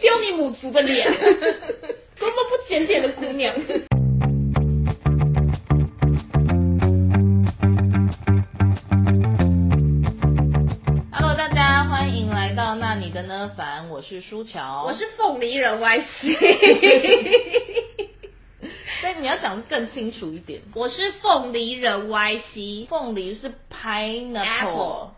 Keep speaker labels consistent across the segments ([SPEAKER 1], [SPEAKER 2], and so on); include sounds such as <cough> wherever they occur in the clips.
[SPEAKER 1] 丢你母族的脸， <laughs> 多么不检点的姑娘！
[SPEAKER 2] Hello，大家欢迎来到那你的呢凡，我是舒乔。
[SPEAKER 1] 我是凤梨人 Y C，
[SPEAKER 2] <laughs> 所以你要讲得更清楚一点。
[SPEAKER 1] 我是凤梨人 Y C
[SPEAKER 2] 凤梨是 pineapple，pineapple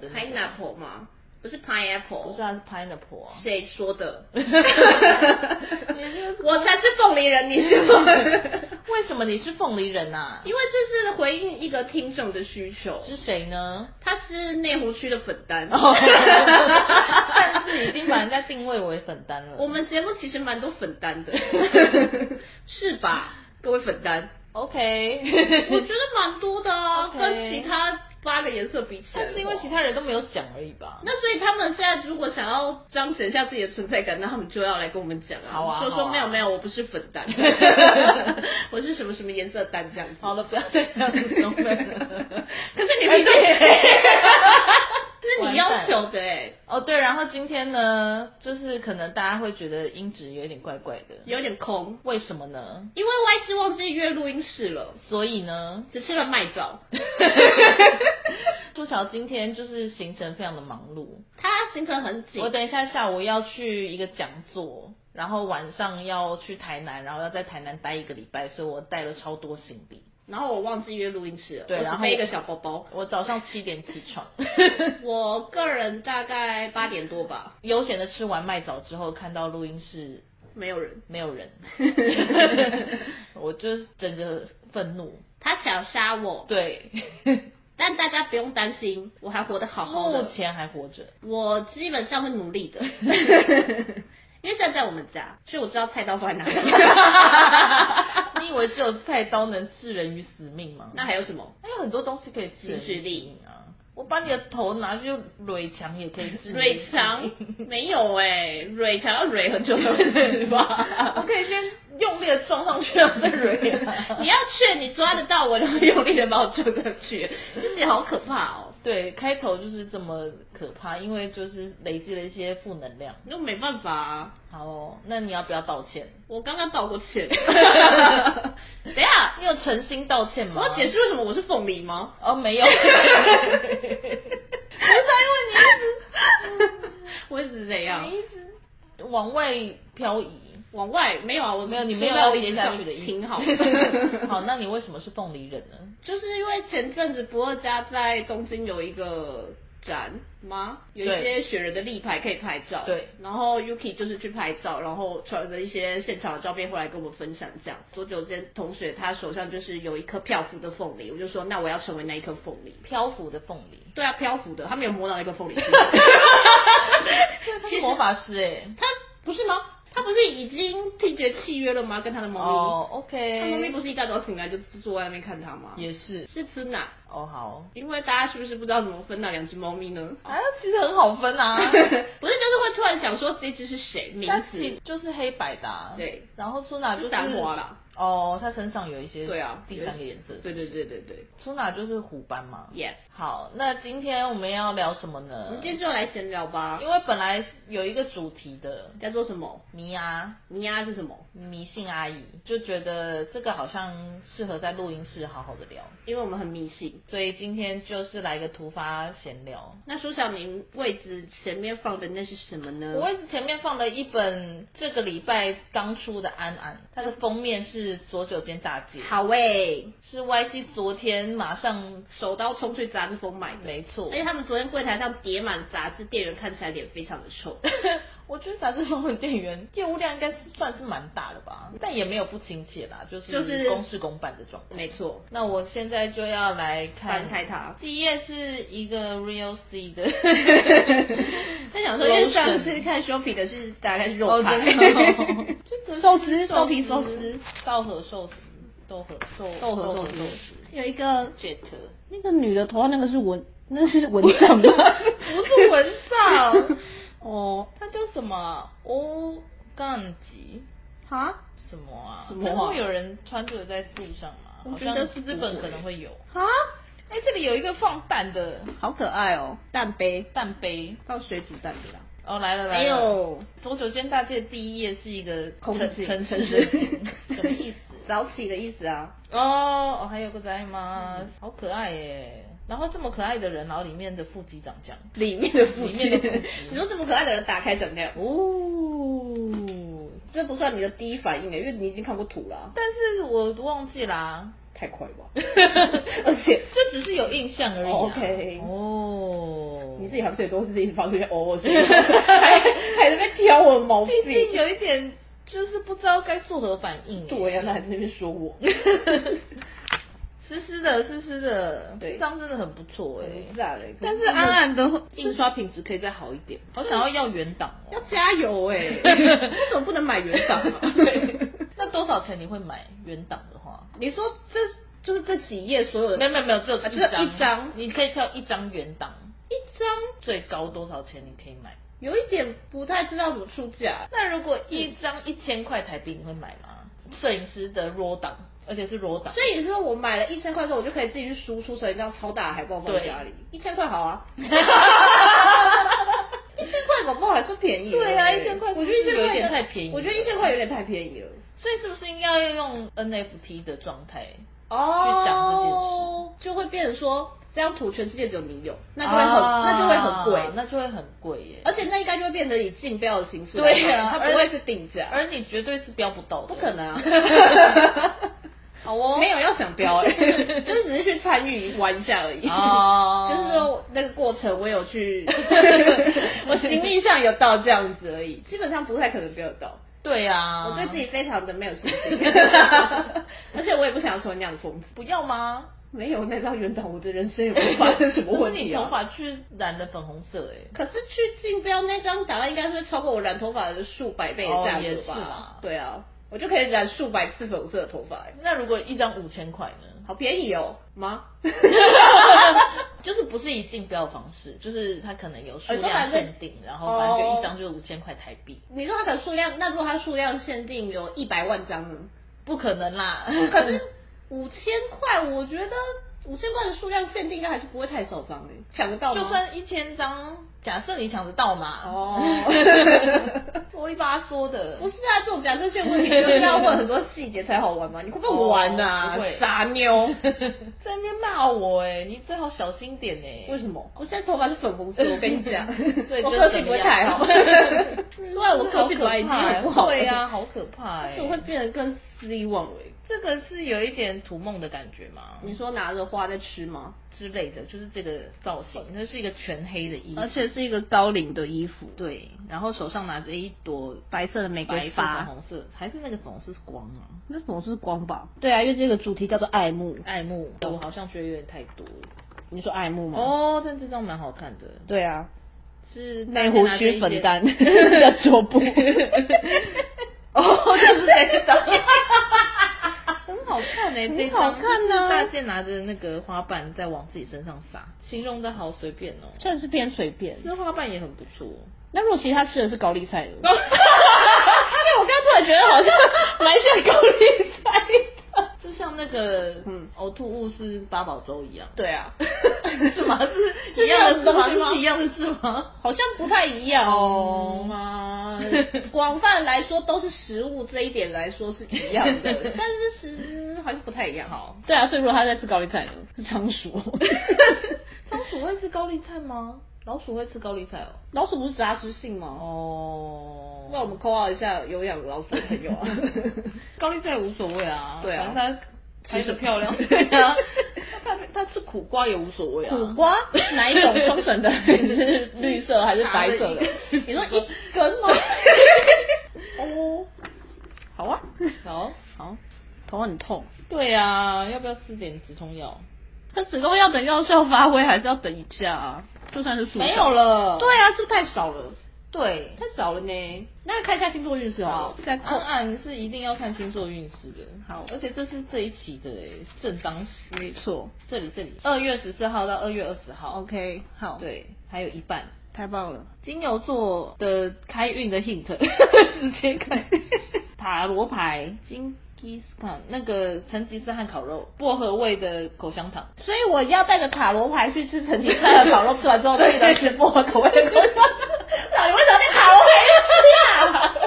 [SPEAKER 2] 的那个
[SPEAKER 1] pineapple 吗？不是 pineapple，
[SPEAKER 2] 不是它是 pineapple 啊。
[SPEAKER 1] 谁说的？
[SPEAKER 2] 是
[SPEAKER 1] 我才是凤梨人，你
[SPEAKER 2] <laughs>
[SPEAKER 1] 是吗？
[SPEAKER 2] <laughs> 为什么你是凤梨人啊？
[SPEAKER 1] 因为这是回应一个听众的需求，
[SPEAKER 2] 是谁呢？
[SPEAKER 1] 他是内湖区的粉单。
[SPEAKER 2] 哦但是已经
[SPEAKER 1] <laughs>
[SPEAKER 2] 把人家定位为粉单了。
[SPEAKER 1] 我们节目其实蛮多粉单的，
[SPEAKER 2] <laughs>
[SPEAKER 1] 是吧？各位粉单，
[SPEAKER 2] <laughs> OK，
[SPEAKER 1] 我觉得蛮多的啊
[SPEAKER 2] OK
[SPEAKER 1] 跟其他八个颜色比起来的话，
[SPEAKER 2] 但是因为其他人都没有讲而已吧。
[SPEAKER 1] 那所以他们现在如果想要彰显一下自己的存在感，那他们就要来跟我们讲啊，
[SPEAKER 2] 好啊
[SPEAKER 1] 说
[SPEAKER 2] 好
[SPEAKER 1] 说
[SPEAKER 2] 啊
[SPEAKER 1] 没有没有，我不是粉
[SPEAKER 2] <laughs>
[SPEAKER 1] 单，我是什么什么颜色单这样子。
[SPEAKER 2] 好了，不要再这样子弄了。
[SPEAKER 1] <laughs>
[SPEAKER 2] 哎
[SPEAKER 1] 可是你平常，
[SPEAKER 2] <laughs>
[SPEAKER 1] 这是你要求的哎、
[SPEAKER 2] 哦，对，然后今天呢，就是可能大家会觉得音质有点怪怪的，
[SPEAKER 1] 有点空，
[SPEAKER 2] 为什么呢？
[SPEAKER 1] 因为 Y G 忘记约录音室了，
[SPEAKER 2] 所以呢，
[SPEAKER 1] 只吃了麦枣。
[SPEAKER 2] 朱乔今天就是行程非常的忙碌，
[SPEAKER 1] 他行程很紧
[SPEAKER 2] 我，等一下下午要去一个讲座，然后晚上要去台南，然后要在台南待一个礼拜，所以我带了超多行李。
[SPEAKER 1] 然后我忘记约录音室了，
[SPEAKER 2] 对
[SPEAKER 1] 我只
[SPEAKER 2] 然后
[SPEAKER 1] 背一个小
[SPEAKER 2] <laughs>
[SPEAKER 1] 包包。
[SPEAKER 2] 我早上七点起
[SPEAKER 1] <laughs>
[SPEAKER 2] 床，
[SPEAKER 1] 我个人大概八点多吧，
[SPEAKER 2] 悠闲的吃完麦早之后，看到录音室
[SPEAKER 1] 没有人。
[SPEAKER 2] 没有
[SPEAKER 1] <laughs>
[SPEAKER 2] 人，我就是整个愤怒。
[SPEAKER 1] 他想杀我，
[SPEAKER 2] 对，
[SPEAKER 1] 但大家不用担心，我还活得好好
[SPEAKER 2] 目
[SPEAKER 1] 的。
[SPEAKER 2] 前还活着。
[SPEAKER 1] 我基本上会努力 <laughs> 的，因为现在在我们家，所以我知道菜刀放在哪里。 <laughs>
[SPEAKER 2] 你以为只有菜刀能置人于死命吗？
[SPEAKER 1] 那还有什么？
[SPEAKER 2] 还有很多东西可以置人于
[SPEAKER 1] 情绪
[SPEAKER 2] 死
[SPEAKER 1] 力
[SPEAKER 2] 命啊！我把你的头拿去蕊墙也可以置人于
[SPEAKER 1] 蕊
[SPEAKER 2] 死
[SPEAKER 1] 肠
[SPEAKER 2] 命
[SPEAKER 1] 没有哎、蕊肠要蕊很久才会吃 <laughs>
[SPEAKER 2] <laughs> 我
[SPEAKER 1] 吧？
[SPEAKER 2] 可以先用力的撞上去，然后再蕊
[SPEAKER 1] <laughs>
[SPEAKER 2] 啊。
[SPEAKER 1] 你要劝你抓得到我，然后用力的把我撞上去，自己好可怕哦。
[SPEAKER 2] 对，开头就是这么可怕，因为就是累积了一些负能量。
[SPEAKER 1] 那没办法啊，
[SPEAKER 2] 好哦，那你要不要道歉？
[SPEAKER 1] 我刚刚道过 <laughs> 歉。等一下，
[SPEAKER 2] 啊你有诚心道歉吗？
[SPEAKER 1] 我要解释为什么我是凤梨吗？
[SPEAKER 2] 哦，没
[SPEAKER 1] <laughs>
[SPEAKER 2] 有。啊
[SPEAKER 1] 我一直这样
[SPEAKER 2] 你一直往外漂移，
[SPEAKER 1] 往外没有啊，我
[SPEAKER 2] 没有，你没
[SPEAKER 1] 没
[SPEAKER 2] 有要跌下去的意思。。
[SPEAKER 1] 挺好
[SPEAKER 2] <laughs> 好，那你为什么是凤梨人呢？
[SPEAKER 1] <laughs> 就是因为前阵子不二家在东京有一个展吗？有一些雪人的立牌可以拍照。
[SPEAKER 2] 对。
[SPEAKER 1] 然后 Yuki 就是去拍照，然后传了一些现场的照片回来跟我们分享。这样，左久间同学他手上就是有一颗漂浮的凤梨，我就说那我要成为那一颗凤梨。
[SPEAKER 2] 漂浮的凤梨，
[SPEAKER 1] 对啊，漂浮的，他没有摸到一个
[SPEAKER 2] <laughs>
[SPEAKER 1] 凤梨。
[SPEAKER 2] 他是魔法师哎、
[SPEAKER 1] 他不是吗？他不是已经缔结契约了吗？跟他的猫咪，
[SPEAKER 2] 哦
[SPEAKER 1] 他猫咪
[SPEAKER 2] ，OK，
[SPEAKER 1] 不是一大早醒来就坐在那边看他吗？
[SPEAKER 2] 也是，
[SPEAKER 1] 是吃哪？
[SPEAKER 2] 哦好，
[SPEAKER 1] 因为大家是不是不知道怎么分那两只猫咪呢？
[SPEAKER 2] 啊，其实很好分啊，
[SPEAKER 1] 不是，就是会突然想说这只是谁 <laughs> 名
[SPEAKER 2] 它
[SPEAKER 1] 字
[SPEAKER 2] 其，就是黑白的、啊，
[SPEAKER 1] 对，
[SPEAKER 2] 然后苏娜就
[SPEAKER 1] 就是三花啦。
[SPEAKER 2] 哦，它身上有一些
[SPEAKER 1] 对啊，
[SPEAKER 2] 第三个颜色，
[SPEAKER 1] 对对对对对
[SPEAKER 2] 苏娜就是虎斑嘛。
[SPEAKER 1] ，yes。
[SPEAKER 2] 好，那今天我们要聊什么
[SPEAKER 1] 我
[SPEAKER 2] 呢
[SPEAKER 1] 们？今天就来闲聊吧，
[SPEAKER 2] 因为本来有一个主题的
[SPEAKER 1] 叫做什么？
[SPEAKER 2] 迷啊
[SPEAKER 1] 尼亚是什么？
[SPEAKER 2] 迷信阿姨，就觉得这个好像适合在录音室好好的聊，
[SPEAKER 1] 因为我们很迷信。
[SPEAKER 2] 所以今天就是来个突发闲聊。
[SPEAKER 1] 那舒小明位置前面放的那是什么呢？
[SPEAKER 2] 我位置前面放了一本这个礼拜刚出的《安安》，它的封面是左九间大姐，
[SPEAKER 1] 好啊喂、
[SPEAKER 2] 是 YC 昨天马上
[SPEAKER 1] 手刀冲去杂志疯买的。
[SPEAKER 2] 没错
[SPEAKER 1] 而，且他们昨天柜台上叠满杂志，店员看起来脸非常的臭。
[SPEAKER 2] 嗯我觉得杂志封的店员业务量应该是算是蛮大的吧，但也没有不亲切啦，就是
[SPEAKER 1] 就是
[SPEAKER 2] 公事公办的状况。
[SPEAKER 1] 没错，
[SPEAKER 2] 那我现在就要来看
[SPEAKER 1] 翻开它。
[SPEAKER 2] 第一页是一个 Real C
[SPEAKER 1] <laughs>
[SPEAKER 2] 的，
[SPEAKER 1] 他想说，因为上次看 Shopee 的是大概是肉排，
[SPEAKER 2] 真的
[SPEAKER 1] <laughs>
[SPEAKER 2] 哦这个是
[SPEAKER 1] 寿司豆皮寿司，
[SPEAKER 2] 稻荷寿司，豆荷寿豆
[SPEAKER 1] 豆
[SPEAKER 2] 荷
[SPEAKER 1] 荷
[SPEAKER 2] 寿
[SPEAKER 1] 寿
[SPEAKER 2] 司
[SPEAKER 1] 司有一个
[SPEAKER 2] jet，
[SPEAKER 1] 那个女的头发那个是蚊，那是蚊帐 <laughs> 吗？
[SPEAKER 2] 不是蚊 <laughs>
[SPEAKER 1] <laughs>
[SPEAKER 2] 帐，
[SPEAKER 1] 哦，
[SPEAKER 2] 它叫什么啊欧杠吉
[SPEAKER 1] 哈
[SPEAKER 2] 什么啊？
[SPEAKER 1] 什么啊
[SPEAKER 2] 可能会有人穿这个在树上吗？
[SPEAKER 1] 我
[SPEAKER 2] 好
[SPEAKER 1] 觉
[SPEAKER 2] 像
[SPEAKER 1] 得
[SPEAKER 2] 日
[SPEAKER 1] 不
[SPEAKER 2] 本
[SPEAKER 1] 会
[SPEAKER 2] 可能会有。
[SPEAKER 1] 哈，
[SPEAKER 2] 哎，这里有一个放蛋的
[SPEAKER 1] 好可爱哦，蛋杯
[SPEAKER 2] 蛋杯，
[SPEAKER 1] 放水煮蛋的啦。
[SPEAKER 2] 哦，来了来
[SPEAKER 1] 哎
[SPEAKER 2] 了，
[SPEAKER 1] 呦，
[SPEAKER 2] 左九间大街的第一页是一个
[SPEAKER 1] 空
[SPEAKER 2] 城
[SPEAKER 1] 气
[SPEAKER 2] 城
[SPEAKER 1] 城
[SPEAKER 2] 市
[SPEAKER 1] 市 <laughs>
[SPEAKER 2] 的 <laughs> 什么意思？
[SPEAKER 1] 早起的意思啊。
[SPEAKER 2] 哦，哦，还有个在吗？好可爱耶！然后这么可爱的人，然后里面的副机长讲，
[SPEAKER 1] 里面的腹
[SPEAKER 2] 里
[SPEAKER 1] 肌，
[SPEAKER 2] 面的腹肌
[SPEAKER 1] 你说这么可爱的人打开什么呀？
[SPEAKER 2] 哦，
[SPEAKER 1] 这不算你的第一反应哎，因为你已经看过图了啊，
[SPEAKER 2] 但是我忘记啦、
[SPEAKER 1] 太快 <laughs> 了吧，而且
[SPEAKER 2] 就只是有印象而已、啊。
[SPEAKER 1] 哦，OK
[SPEAKER 2] 哦，
[SPEAKER 1] 你自己还不是也都是自己发出去哦，是吗还还在那边挑我的毛病
[SPEAKER 2] 毕，竟有一点就是不知道该作何反应。
[SPEAKER 1] 对啊呀，那还在那边说我，
[SPEAKER 2] 湿湿的，湿湿的，
[SPEAKER 1] 对
[SPEAKER 2] 这张真的很不错哎、
[SPEAKER 1] 不炸嘞。
[SPEAKER 2] 但是安安的
[SPEAKER 1] 印
[SPEAKER 2] 印
[SPEAKER 1] 刷
[SPEAKER 2] 刷，
[SPEAKER 1] 品质可以再好一点，
[SPEAKER 2] 好想要要原档
[SPEAKER 1] 要
[SPEAKER 2] 哦。
[SPEAKER 1] 加油哎， <laughs> 为什么不能买
[SPEAKER 2] <laughs>
[SPEAKER 1] 原档啊？
[SPEAKER 2] 那多少钱你会买原档的话？
[SPEAKER 1] 你说这就是这几页所有的
[SPEAKER 2] 没有没有没有，只有
[SPEAKER 1] 啊
[SPEAKER 2] 一
[SPEAKER 1] 只有
[SPEAKER 2] 张，
[SPEAKER 1] 一张
[SPEAKER 2] 你可以挑一张原档，
[SPEAKER 1] 一张，
[SPEAKER 2] 最高多少钱你可以买？
[SPEAKER 1] 有一点不太知道怎么出价，
[SPEAKER 2] 那如果
[SPEAKER 1] 嗯
[SPEAKER 2] 一张一千块台币，你会买吗？摄影师的 RAW 档，而且是 RAW 档，
[SPEAKER 1] 所以你说我买了一千块之后，我就可以自己去输出成一张超大的海报放在家里，一千块好 <laughs> 啊。一千块搞不好还是便宜了欸。
[SPEAKER 2] 对啊1000块
[SPEAKER 1] 我觉得一千块
[SPEAKER 2] 有点太便宜了
[SPEAKER 1] 我觉得一千块有点太便宜了。
[SPEAKER 2] 所以是不是应该要用 NFT 的状态？去想这件
[SPEAKER 1] 哦
[SPEAKER 2] 事，
[SPEAKER 1] 就会变成说这张图全世界只有你有，那就会很、那就会很
[SPEAKER 2] 啊
[SPEAKER 1] 贵，
[SPEAKER 2] 那就会很贵耶。
[SPEAKER 1] 而且那应该就会变成以竞标的形式来卖。
[SPEAKER 2] 对啊，
[SPEAKER 1] 它
[SPEAKER 2] 而
[SPEAKER 1] 不会是定价，
[SPEAKER 2] 而你绝对是标不到的，
[SPEAKER 1] 不可能啊
[SPEAKER 2] <laughs> 好哦，
[SPEAKER 1] 没有要想标哎、 <laughs> 就是只是去参与玩一下而已。
[SPEAKER 2] 哦
[SPEAKER 1] <laughs> 就是说那个过程我
[SPEAKER 2] <laughs>
[SPEAKER 1] 有去，我行李上有到这样子而已，基本上不太可能标得到。
[SPEAKER 2] <laughs> 对啊，
[SPEAKER 1] 我对自己非常的没有信心，
[SPEAKER 2] <laughs>
[SPEAKER 1] 而且我也不想要成为那样的疯子。
[SPEAKER 2] 不要吗？
[SPEAKER 1] 没有那张原档，我的人生也不会发生什么问
[SPEAKER 2] 可是
[SPEAKER 1] 题、
[SPEAKER 2] 你
[SPEAKER 1] 啊。
[SPEAKER 2] 头发去染了粉红色哎、
[SPEAKER 1] 可是去竞标那张打扮应该会超过我染头发的数百倍的价
[SPEAKER 2] 哦也
[SPEAKER 1] 格
[SPEAKER 2] 是
[SPEAKER 1] 吧
[SPEAKER 2] 啦？
[SPEAKER 1] 对啊，我就可以染数百次粉红色的头发、欸，
[SPEAKER 2] 那如果一张五千块呢？
[SPEAKER 1] 好便宜哦，妈！
[SPEAKER 2] 就是不是以竞标的方式，就是它可能有数
[SPEAKER 1] 哦你说
[SPEAKER 2] 量
[SPEAKER 1] 反正
[SPEAKER 2] 限定，然后反正就一张就五千块台币，
[SPEAKER 1] 你说它的数量，那如果它数量限定有一百万张呢？
[SPEAKER 2] 不可能啦。<laughs>
[SPEAKER 1] 可是五千块，我觉得五千块的数量限定应该还是不会太少张欸诶、抢得到吗？
[SPEAKER 2] 就算一千张，假设你抢得到嘛？
[SPEAKER 1] 哦
[SPEAKER 2] <laughs> 我一巴说的，
[SPEAKER 1] 不是啊，这种假设性问题就是要问很多细节才好玩嘛，你会不会玩
[SPEAKER 2] 哦
[SPEAKER 1] 啊
[SPEAKER 2] 不会？
[SPEAKER 1] 傻 <laughs> 妞！
[SPEAKER 2] 在那边骂我哎、
[SPEAKER 1] 欸
[SPEAKER 2] 你最好小心点哎、，
[SPEAKER 1] 为什么？我现在头发是粉红 <laughs> 色，欸我跟你讲
[SPEAKER 2] <laughs> 对
[SPEAKER 1] 我
[SPEAKER 2] 就是
[SPEAKER 1] 个性不会太好
[SPEAKER 2] <laughs> 这样。
[SPEAKER 1] <laughs> 虽然我个性本来已经很不好了，欸
[SPEAKER 2] 对
[SPEAKER 1] <laughs>
[SPEAKER 2] 呀、好可怕哎、
[SPEAKER 1] 但是我会变得更肆意妄为。
[SPEAKER 2] 这个是有一点土梦的感觉吗？
[SPEAKER 1] 欸你说拿着花在吃吗？
[SPEAKER 2] 之类的，就是这个造型，那是一个全黑的衣服，
[SPEAKER 1] 而且是一个高领的衣服，
[SPEAKER 2] 对，然后手上拿着一朵
[SPEAKER 1] 白色的玫
[SPEAKER 2] 白
[SPEAKER 1] 瑰
[SPEAKER 2] 色
[SPEAKER 1] 花
[SPEAKER 2] 粉，红色，还是那个粉红色是光啊？
[SPEAKER 1] 那种是光吧？对啊，因为这个主题叫做爱慕。
[SPEAKER 2] 爱慕，我好像觉得有点太多了。
[SPEAKER 1] 你说爱慕吗？，
[SPEAKER 2] 哦，但这张蛮好看的，
[SPEAKER 1] 对啊，
[SPEAKER 2] 是
[SPEAKER 1] 内湖区粉
[SPEAKER 2] 单。
[SPEAKER 1] 单 <laughs> 的桌布。
[SPEAKER 2] <laughs> 哦，就是这一张， <laughs> 很好看哎、
[SPEAKER 1] 很
[SPEAKER 2] 这一张
[SPEAKER 1] 好看
[SPEAKER 2] 就
[SPEAKER 1] 啊
[SPEAKER 2] 是大健拿着那个花瓣在往自己身上撒，形容的好随便哦、
[SPEAKER 1] 算是偏随便。
[SPEAKER 2] 这花瓣也很不错，
[SPEAKER 1] 那如果其实他吃的是高丽菜呢？因 <laughs> 为我刚刚突然觉得好像蛮像高丽菜的。
[SPEAKER 2] 就像那个
[SPEAKER 1] 嗯
[SPEAKER 2] 呕吐物是八宝粥一样，
[SPEAKER 1] 对啊，
[SPEAKER 2] <laughs> 是吗？是
[SPEAKER 1] <laughs> 是
[SPEAKER 2] 一样的事
[SPEAKER 1] 这样的
[SPEAKER 2] 吗？
[SPEAKER 1] 东西吗
[SPEAKER 2] 是一样的事吗？
[SPEAKER 1] <laughs> 好像不太一样哦。 <laughs>
[SPEAKER 2] <laughs> 妈，
[SPEAKER 1] 广泛来说都是食物这一点来说是一样
[SPEAKER 2] <laughs>
[SPEAKER 1] 的， <laughs> 但是食好像不太一样。
[SPEAKER 2] 哦
[SPEAKER 1] <laughs> 好，对啊，所以如果他在吃高丽菜呢，是仓 <laughs> 鼠。
[SPEAKER 2] 仓鼠会吃高丽菜吗？老鼠会吃高丽菜哦。
[SPEAKER 1] 老鼠不是杂食性吗？
[SPEAKER 2] 哦
[SPEAKER 1] 哦那我们 call out 一下有养老鼠的朋友 <laughs> 啊。
[SPEAKER 2] <laughs> 高丽菜无所谓啊，
[SPEAKER 1] 对啊
[SPEAKER 2] 反正它
[SPEAKER 1] 吃
[SPEAKER 2] 拍的
[SPEAKER 1] 着
[SPEAKER 2] 漂
[SPEAKER 1] <laughs>
[SPEAKER 2] 亮，对啊，他他吃苦瓜也无所谓啊，
[SPEAKER 1] 苦瓜哪一
[SPEAKER 2] <laughs>
[SPEAKER 1] 种？冲绳的？ <laughs> 是绿色还是白色的？ <laughs> 你说一根 <laughs>
[SPEAKER 2] <laughs>
[SPEAKER 1] 吗？
[SPEAKER 2] 哦，
[SPEAKER 1] 好啊，
[SPEAKER 2] 好，
[SPEAKER 1] 好，头很痛。
[SPEAKER 2] 对啊，要不要吃点止痛药？
[SPEAKER 1] 可止痛药等药效发挥，还是要等一下啊。就算是
[SPEAKER 2] 没有，了，
[SPEAKER 1] 对啊，是不是太少了，
[SPEAKER 2] 对，
[SPEAKER 1] 太少了呢。那看一下星座运势哦
[SPEAKER 2] 好，，
[SPEAKER 1] 再扣
[SPEAKER 2] 安。安是一定要看星座运势的，
[SPEAKER 1] 好
[SPEAKER 2] 而且这是这一期的哎，正当时，
[SPEAKER 1] 没错
[SPEAKER 2] 这里这里，二月十四号到二月二十号
[SPEAKER 1] ，OK，好，，
[SPEAKER 2] 对，还有一半。
[SPEAKER 1] 太棒了。
[SPEAKER 2] 金牛座的开运的 <laughs> hint，直接看塔罗牌，金吉斯康嗯那个成吉思汗烤肉，薄荷味的口香糖，
[SPEAKER 1] 所以我要带着塔罗牌去吃成吉思汗的烤肉，吃完之后记得吃薄荷口味的口香糖。 <laughs> 到底为什么你好黑啊？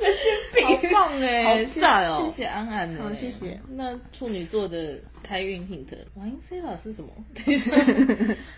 [SPEAKER 1] 神经
[SPEAKER 2] <laughs> 好 <laughs>
[SPEAKER 1] 病，
[SPEAKER 2] 棒哎、
[SPEAKER 1] 好赞哦！
[SPEAKER 2] 谢谢谢安安、欸，
[SPEAKER 1] 好谢谢
[SPEAKER 2] 那处女座的开运 hint，玩 C 啦是什 <laughs> 么？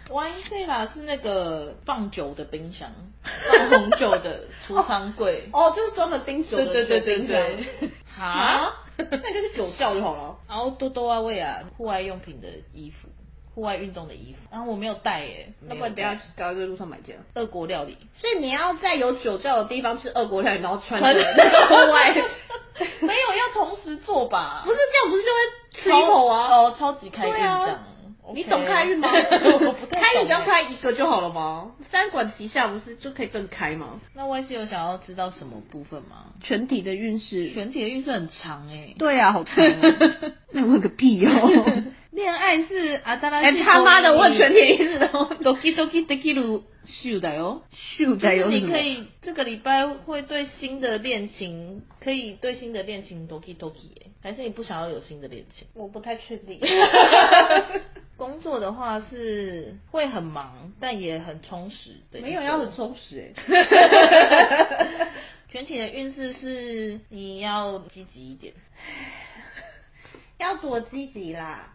[SPEAKER 2] 玩 C 啦是那个放酒的冰箱，放红酒的 <laughs> 储藏柜。
[SPEAKER 1] <laughs> 哦，就是专门盯酒的
[SPEAKER 2] 对对对对对
[SPEAKER 1] 酒精的。
[SPEAKER 2] 哈，
[SPEAKER 1] 那就是酒窖就好了。
[SPEAKER 2] 然后多多啊喂啊，户外用品的衣服，户外运动的衣服。然后我没有带耶、
[SPEAKER 1] 要不然等一
[SPEAKER 2] 要
[SPEAKER 1] 下搞在路上买件。
[SPEAKER 2] 俄国料理。
[SPEAKER 1] 所以你要在有酒窖的地方吃俄国料理，然后穿 <laughs>
[SPEAKER 2] 穿
[SPEAKER 1] 着那个户外，
[SPEAKER 2] <laughs> 没有要同时做吧？
[SPEAKER 1] 不是这样，不是就会吃一口啊？
[SPEAKER 2] 超哦，超级开运这
[SPEAKER 1] 对啊
[SPEAKER 2] 样。OK
[SPEAKER 1] 你懂开运吗？ <laughs>
[SPEAKER 2] 我不太懂
[SPEAKER 1] 开运只要
[SPEAKER 2] 欸
[SPEAKER 1] 开一个就好了吗？三管齐下不是就可以更开吗？
[SPEAKER 2] 那 Y C 有想要知道什么部分吗？
[SPEAKER 1] 全体的运势
[SPEAKER 2] 全体的运势很长哎、
[SPEAKER 1] 对啊，好长、哦。 <laughs> 那问个屁 <laughs> 哦！
[SPEAKER 2] <laughs> 恋爱是阿达拉
[SPEAKER 1] 哎、他妈的，问全体运势的哦。
[SPEAKER 2] doki doki doki
[SPEAKER 1] <laughs>
[SPEAKER 2] 鲁秀的哟，
[SPEAKER 1] 秀
[SPEAKER 2] 就
[SPEAKER 1] 仔
[SPEAKER 2] 是
[SPEAKER 1] 有
[SPEAKER 2] 你可以这个礼拜会对新的恋情，可以对新的恋情 doki doki 哎、还是你不想要有新的恋情？
[SPEAKER 1] 我不太确定。
[SPEAKER 2] 工作的话是会很忙，但也很充实的一个。
[SPEAKER 1] 没有要很充实哎、
[SPEAKER 2] 全体的运势是你要积极一点，
[SPEAKER 1] 要多积极 <laughs> 啦，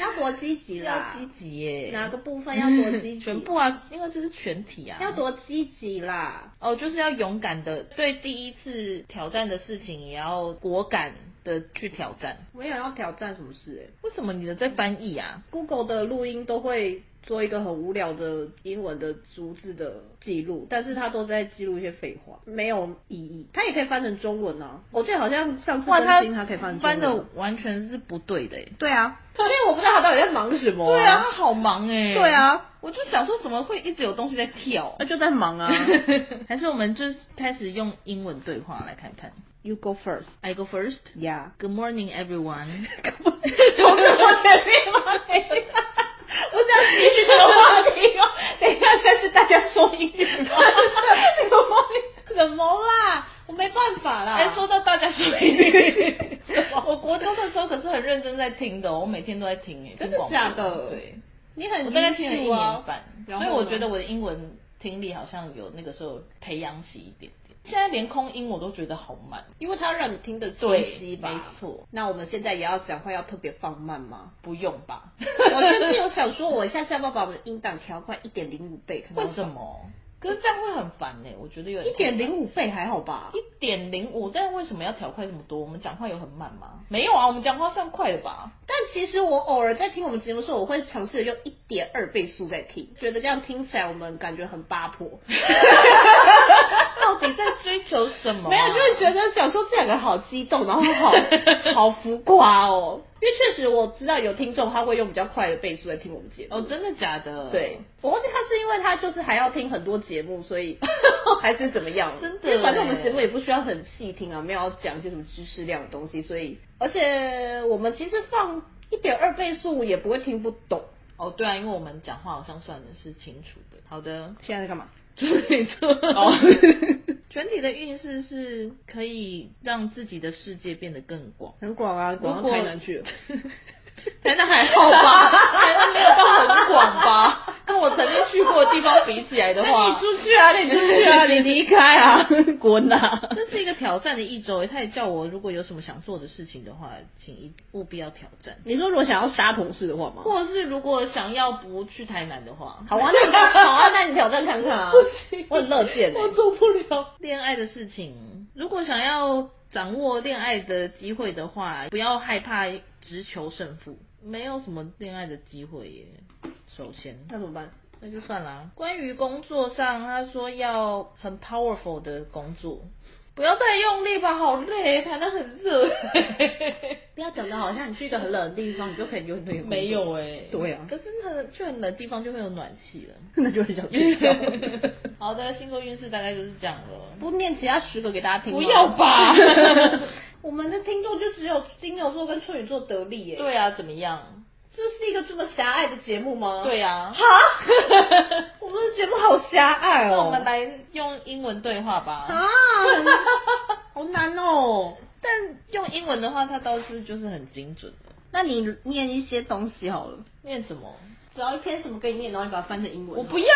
[SPEAKER 1] 要多积极
[SPEAKER 2] <laughs> 要
[SPEAKER 1] 啦，
[SPEAKER 2] 积极 <laughs> 耶。
[SPEAKER 1] 哪个部分要多积
[SPEAKER 2] <laughs>
[SPEAKER 1] 极？
[SPEAKER 2] 全部啊，因为这是全体啊。
[SPEAKER 1] 要多积极啦。
[SPEAKER 2] 哦，就是要勇敢的，对第一次挑战的事情也要果敢的去挑战。
[SPEAKER 1] 我也要挑战什么事哎、
[SPEAKER 2] 为什么你的在翻译啊？
[SPEAKER 1] Google 的录音都会做一个很无聊的英文的逐字的记录，但是它都在记录一些废话，没有意义。它也可以翻成中文啊，我记得好像上次
[SPEAKER 2] 哇，他
[SPEAKER 1] 更新它可以翻成
[SPEAKER 2] 翻
[SPEAKER 1] 中
[SPEAKER 2] 的
[SPEAKER 1] 文。
[SPEAKER 2] 完全是不对的耶。
[SPEAKER 1] 对啊，所以我不知道他到底在忙什么、
[SPEAKER 2] 对啊，他，好忙哎。
[SPEAKER 1] 对啊，
[SPEAKER 2] 我就想说怎么会一直有东西在 <laughs> 跳？
[SPEAKER 1] 那就在忙啊。
[SPEAKER 2] 还是我们就是开始用英文对话来看看。
[SPEAKER 1] <laughs> you go first.
[SPEAKER 2] I go first.
[SPEAKER 1] Yeah.
[SPEAKER 2] Good morning, <laughs> everyone.
[SPEAKER 1] <laughs> 从这么前面吗？
[SPEAKER 2] <laughs>
[SPEAKER 1] 等一下我想继续这个话题 <laughs> 哦。等一下，但是大家说英语 <laughs> 吧。怎么啦？我没办法啦。
[SPEAKER 2] 哎、说到大家说英语， <laughs> 我国中的时候可是很认真在听的哦、我每天都在听哎、
[SPEAKER 1] 真
[SPEAKER 2] 听
[SPEAKER 1] 的
[SPEAKER 2] 广播
[SPEAKER 1] 假的
[SPEAKER 2] 对，
[SPEAKER 1] 你很
[SPEAKER 2] 我大概听了一年半，
[SPEAKER 1] 然
[SPEAKER 2] 所
[SPEAKER 1] 后
[SPEAKER 2] 以
[SPEAKER 1] 呢
[SPEAKER 2] 我觉得我的英文听力好像有那个时候培养起一点点。现在连空音我都觉得好 <laughs> 慢，
[SPEAKER 1] 因为它让你听得清
[SPEAKER 2] 对，
[SPEAKER 1] 晰吧。
[SPEAKER 2] 没。错，
[SPEAKER 1] 那我们现在也要讲话要特别放慢
[SPEAKER 2] <laughs>
[SPEAKER 1] 吗？
[SPEAKER 2] 不用吧？
[SPEAKER 1] 我甚至有想说，我下次要不要把我们的音档调快一点零五倍？可
[SPEAKER 2] <laughs>
[SPEAKER 1] 能
[SPEAKER 2] 为什么？可是这样会很烦哎、我觉得有
[SPEAKER 1] 一
[SPEAKER 2] 点
[SPEAKER 1] 点零五倍还好吧？
[SPEAKER 2] 一点零五，但为什么要调快这么多？我们讲话有很慢吗？没有啊，我们讲话算快的吧？
[SPEAKER 1] 但其实我偶尔在听我们节目的时候，我会尝试用一点二倍速在听，觉得这样听起来我们感觉很八婆。
[SPEAKER 2] 到底在追求什么啊、
[SPEAKER 1] 没有，就是觉得想说这两个好激动，然后 <laughs> 好好浮夸哦。因为确实我知道有听众他会用比较快的倍速在听我们节目。
[SPEAKER 2] 哦，真的假的？
[SPEAKER 1] 对，我忘记他是因为他就是还要听很多节目，所以 <laughs> 还是怎么样？
[SPEAKER 2] 真的
[SPEAKER 1] 因为反正我们
[SPEAKER 2] 耶
[SPEAKER 1] 节目也不需要很细听啊，没有要讲一些什么知识量的东西，所以而且我们其实放一点二倍速也不会听不懂。
[SPEAKER 2] 哦，对啊，因为我们讲话好像算的是清楚的。好
[SPEAKER 1] <laughs>
[SPEAKER 2] 的，
[SPEAKER 1] 现在在干嘛？
[SPEAKER 2] 处女座
[SPEAKER 1] <laughs> 哦
[SPEAKER 2] 全体的运势是可以让自己的世界变得更广。
[SPEAKER 1] 很广啊，广
[SPEAKER 2] 如
[SPEAKER 1] 到
[SPEAKER 2] 果
[SPEAKER 1] 台南 <laughs> 去了。
[SPEAKER 2] <laughs> 台南还好
[SPEAKER 1] <laughs>
[SPEAKER 2] 吧，台南没有到很广吧？跟我曾经去过的地方比起来的
[SPEAKER 1] 那
[SPEAKER 2] 话
[SPEAKER 1] 你，出去啊，你出去 <laughs> 啊，你离开 <laughs> 啊，滚啊！
[SPEAKER 2] <laughs> 这是一个挑战的一周耶。他也叫我，如果有什么想做的事情的话，请一务必要挑战。
[SPEAKER 1] 你说如果想要杀同事的话吗？
[SPEAKER 2] <laughs> 或者是如果想要不去台南的话，
[SPEAKER 1] 好啊，那
[SPEAKER 2] <laughs>
[SPEAKER 1] 你好啊，那你挑战看看啊，我很乐见、欸。
[SPEAKER 2] 做不了恋爱的事情。如果想要掌握恋爱的机会的话，不要害怕直求胜负，没有什么恋爱的机会耶。首先，
[SPEAKER 1] 那怎么办？
[SPEAKER 2] 那就算啦。关于工作上，他说要很 powerful 的工作，不要再用力吧，好累，谈的很
[SPEAKER 1] <laughs>
[SPEAKER 2] 热。
[SPEAKER 1] 不要讲的好像你去一个很冷的地方，你就可以有很多人
[SPEAKER 2] 没有哎、
[SPEAKER 1] 对啊
[SPEAKER 2] 可是呢，去很冷的地方就会有暖气
[SPEAKER 1] <laughs>
[SPEAKER 2] 了。 <laughs>
[SPEAKER 1] 那就很想睡 <laughs> 觉。
[SPEAKER 2] 好的，星座运势大概就是这样了。
[SPEAKER 1] 不念其他十个给大家听吗，
[SPEAKER 2] 不要
[SPEAKER 1] <laughs>
[SPEAKER 2] 吧
[SPEAKER 1] 我们的听众就只有金牛座跟处女座得利耶、
[SPEAKER 2] 对啊，怎么样？
[SPEAKER 1] 这是一个这么狭隘的节目吗？
[SPEAKER 2] 对啊，
[SPEAKER 1] <laughs> 哈，我们的节目好狭隘
[SPEAKER 2] 那
[SPEAKER 1] 哦。
[SPEAKER 2] 我们来用英文对话吧。
[SPEAKER 1] <laughs> 啊，好难哦。
[SPEAKER 2] 但用英文的话，它倒是就是很精准的。
[SPEAKER 1] 那你念一些东西好了。
[SPEAKER 2] 念什么？
[SPEAKER 1] 找一篇什么给你念，然后你把它翻成英文。
[SPEAKER 2] 我不要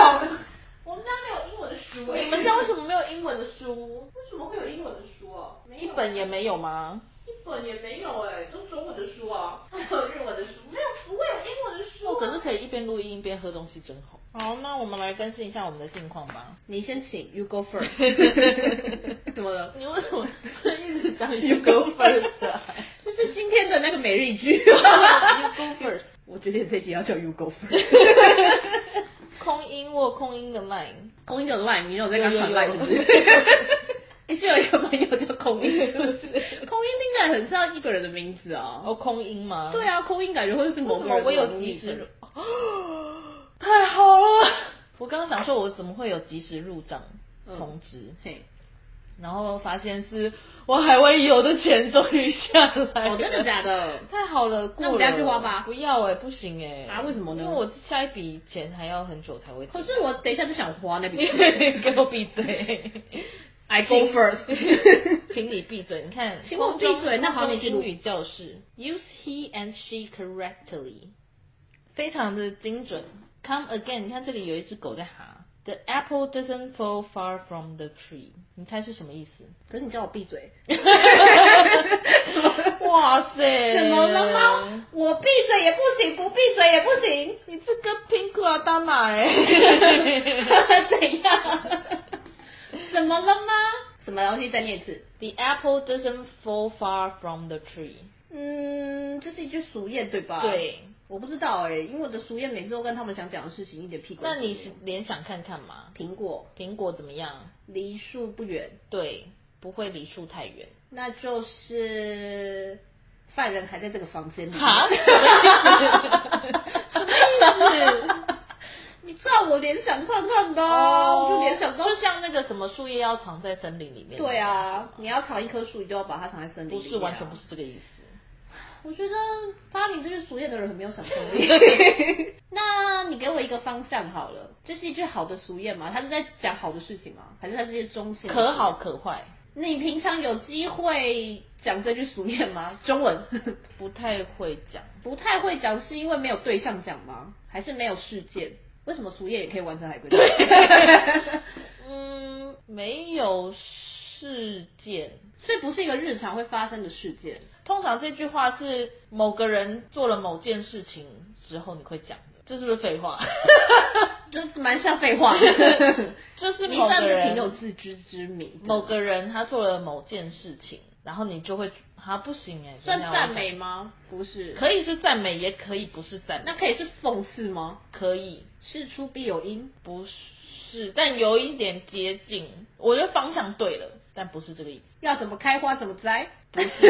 [SPEAKER 2] 啊 <laughs>
[SPEAKER 1] 我们家没有英文的书
[SPEAKER 2] 你们家为什么没有英文的书？
[SPEAKER 1] 为什么会有英文的书啊？
[SPEAKER 2] 一本也没有啊吗？
[SPEAKER 1] 一本也没有哎、都中文的书啊，还有日文的书，没有不会有英文的书、
[SPEAKER 2] 哦，可是可以一边录音一边喝东西，真好。好，那我们来更新一下我们的近况吧。
[SPEAKER 1] 你先请，You go
[SPEAKER 2] <laughs>
[SPEAKER 1] first。怎么了？
[SPEAKER 2] 你为什么一直讲 you go <laughs> first？啊
[SPEAKER 1] <laughs> 这是今天的那个每日一
[SPEAKER 2] <laughs>
[SPEAKER 1] 句。 <laughs>
[SPEAKER 2] you go first，
[SPEAKER 1] 我决定这集要叫 You
[SPEAKER 2] <laughs>
[SPEAKER 1] go first。
[SPEAKER 2] 空音我有空音的 line，
[SPEAKER 1] 空音有 line，你有在跟他传
[SPEAKER 2] 有
[SPEAKER 1] line
[SPEAKER 2] 有
[SPEAKER 1] 是
[SPEAKER 2] 有
[SPEAKER 1] 不是？ <laughs> 你是有一个朋友叫空音，是不是？空音听
[SPEAKER 2] <laughs>
[SPEAKER 1] 起来很像一个人的名字啊。
[SPEAKER 2] 哦，空音吗？
[SPEAKER 1] <laughs> 对，啊，空音感觉会是
[SPEAKER 2] 为
[SPEAKER 1] 某
[SPEAKER 2] 什
[SPEAKER 1] 个
[SPEAKER 2] 么
[SPEAKER 1] 人的
[SPEAKER 2] 我有
[SPEAKER 1] 名
[SPEAKER 2] 及
[SPEAKER 1] 字 <gasps>
[SPEAKER 2] 时入？太好了！ <laughs> 我刚刚想说，我怎么会有及时入账
[SPEAKER 1] 嗯
[SPEAKER 2] 通知？
[SPEAKER 1] 嘿，
[SPEAKER 2] 然后发现是我海外游的钱终于下来了，
[SPEAKER 1] 哦，真的假的？
[SPEAKER 2] 太好了，过
[SPEAKER 1] 那我
[SPEAKER 2] 了
[SPEAKER 1] 们等下去花吧
[SPEAKER 2] 不要哎、不行哎、
[SPEAKER 1] 啊为什么呢
[SPEAKER 2] 因为我下一笔钱还要很久才会进。
[SPEAKER 1] 可是我等一下就想花那笔钱。 <laughs>
[SPEAKER 2] 你给我闭嘴
[SPEAKER 1] I go first
[SPEAKER 2] <laughs> 请请你闭嘴。你看，
[SPEAKER 1] 请我闭嘴
[SPEAKER 2] 空中
[SPEAKER 1] 那好你
[SPEAKER 2] 空
[SPEAKER 1] 去
[SPEAKER 2] 中
[SPEAKER 1] 录
[SPEAKER 2] 英语教室，use he and she correctly，非常的精准。Come again，你看这里有一只狗在哈。The apple doesn't fall far from the tree，你猜是什么意
[SPEAKER 1] <laughs>
[SPEAKER 2] 思？
[SPEAKER 1] <laughs> 可是你叫我闭 <laughs> 嘴。
[SPEAKER 2] 哇塞！
[SPEAKER 1] 怎么了吗？？我闭嘴也不行，不闭嘴也不行，
[SPEAKER 2] 你这个 pink 啊，当奶、
[SPEAKER 1] <laughs> 怎样？
[SPEAKER 2] 怎么了吗
[SPEAKER 1] 什么东西？再念一次。
[SPEAKER 2] ？The apple doesn't fall far from the tree。
[SPEAKER 1] 嗯，这是一句俗谚对吧？
[SPEAKER 2] 对，
[SPEAKER 1] 我不知道哎、因为我的俗谚每次都跟他们想讲的事情一点屁关
[SPEAKER 2] 那
[SPEAKER 1] 系
[SPEAKER 2] 你
[SPEAKER 1] 没有
[SPEAKER 2] 是联想看看嘛？
[SPEAKER 1] 苹果
[SPEAKER 2] 苹果怎么样？
[SPEAKER 1] 离树不远，
[SPEAKER 2] 对，不会离树太远。
[SPEAKER 1] 那就是犯人还在这个房间里。 <laughs>
[SPEAKER 2] 哈 <laughs>
[SPEAKER 1] 什么意 <laughs>
[SPEAKER 2] 什么意
[SPEAKER 1] 思？你叫我联想看看吧，哦我就联想到
[SPEAKER 2] 就像那个什么树叶要藏在森林里面。
[SPEAKER 1] 对啊，你要藏一棵树，你就要把它藏在森林
[SPEAKER 2] 不
[SPEAKER 1] 里、
[SPEAKER 2] 是完全不是。这个意思。
[SPEAKER 1] 我觉得发明这句俗谚的人很没有想象力。 <laughs> 那你给我一个方向好了，这是一句好的俗谚吗？他是在讲好的事情吗？还是他是一句中性？
[SPEAKER 2] 可好。可坏，
[SPEAKER 1] 你平常有机会讲这句俗谚吗？中文
[SPEAKER 2] 不太会讲。
[SPEAKER 1] <laughs> 不太会讲，是因为没有对象讲吗？还是没有事件？为什么俗谚也可以完成海龟汤？
[SPEAKER 2] 嗯，没有事件。
[SPEAKER 1] 所以不是一个日常会发生的事件。
[SPEAKER 2] 通常这句话是某个人做了某件事情之后你会讲的，这是不是废话？
[SPEAKER 1] 就蛮像废话，
[SPEAKER 2] <laughs>
[SPEAKER 1] <laughs>
[SPEAKER 2] 就是
[SPEAKER 1] 你
[SPEAKER 2] 某
[SPEAKER 1] 算
[SPEAKER 2] 个
[SPEAKER 1] 是
[SPEAKER 2] 人
[SPEAKER 1] 挺有自知之明的，
[SPEAKER 2] 某个人他做了某件事情，然后你就会他不行哎、
[SPEAKER 1] 算
[SPEAKER 2] 等一下我
[SPEAKER 1] 赞
[SPEAKER 2] 想
[SPEAKER 1] 美吗？不是，
[SPEAKER 2] 可以是赞美，也可以不是赞美。
[SPEAKER 1] 那可以是讽刺吗？
[SPEAKER 2] 可以
[SPEAKER 1] 事出必有因，
[SPEAKER 2] 不是，但有一点接近，我觉得方向对了，但不是这个意思。
[SPEAKER 1] <laughs> 要怎么开花怎么栽，
[SPEAKER 2] 不
[SPEAKER 1] <laughs>
[SPEAKER 2] 是，不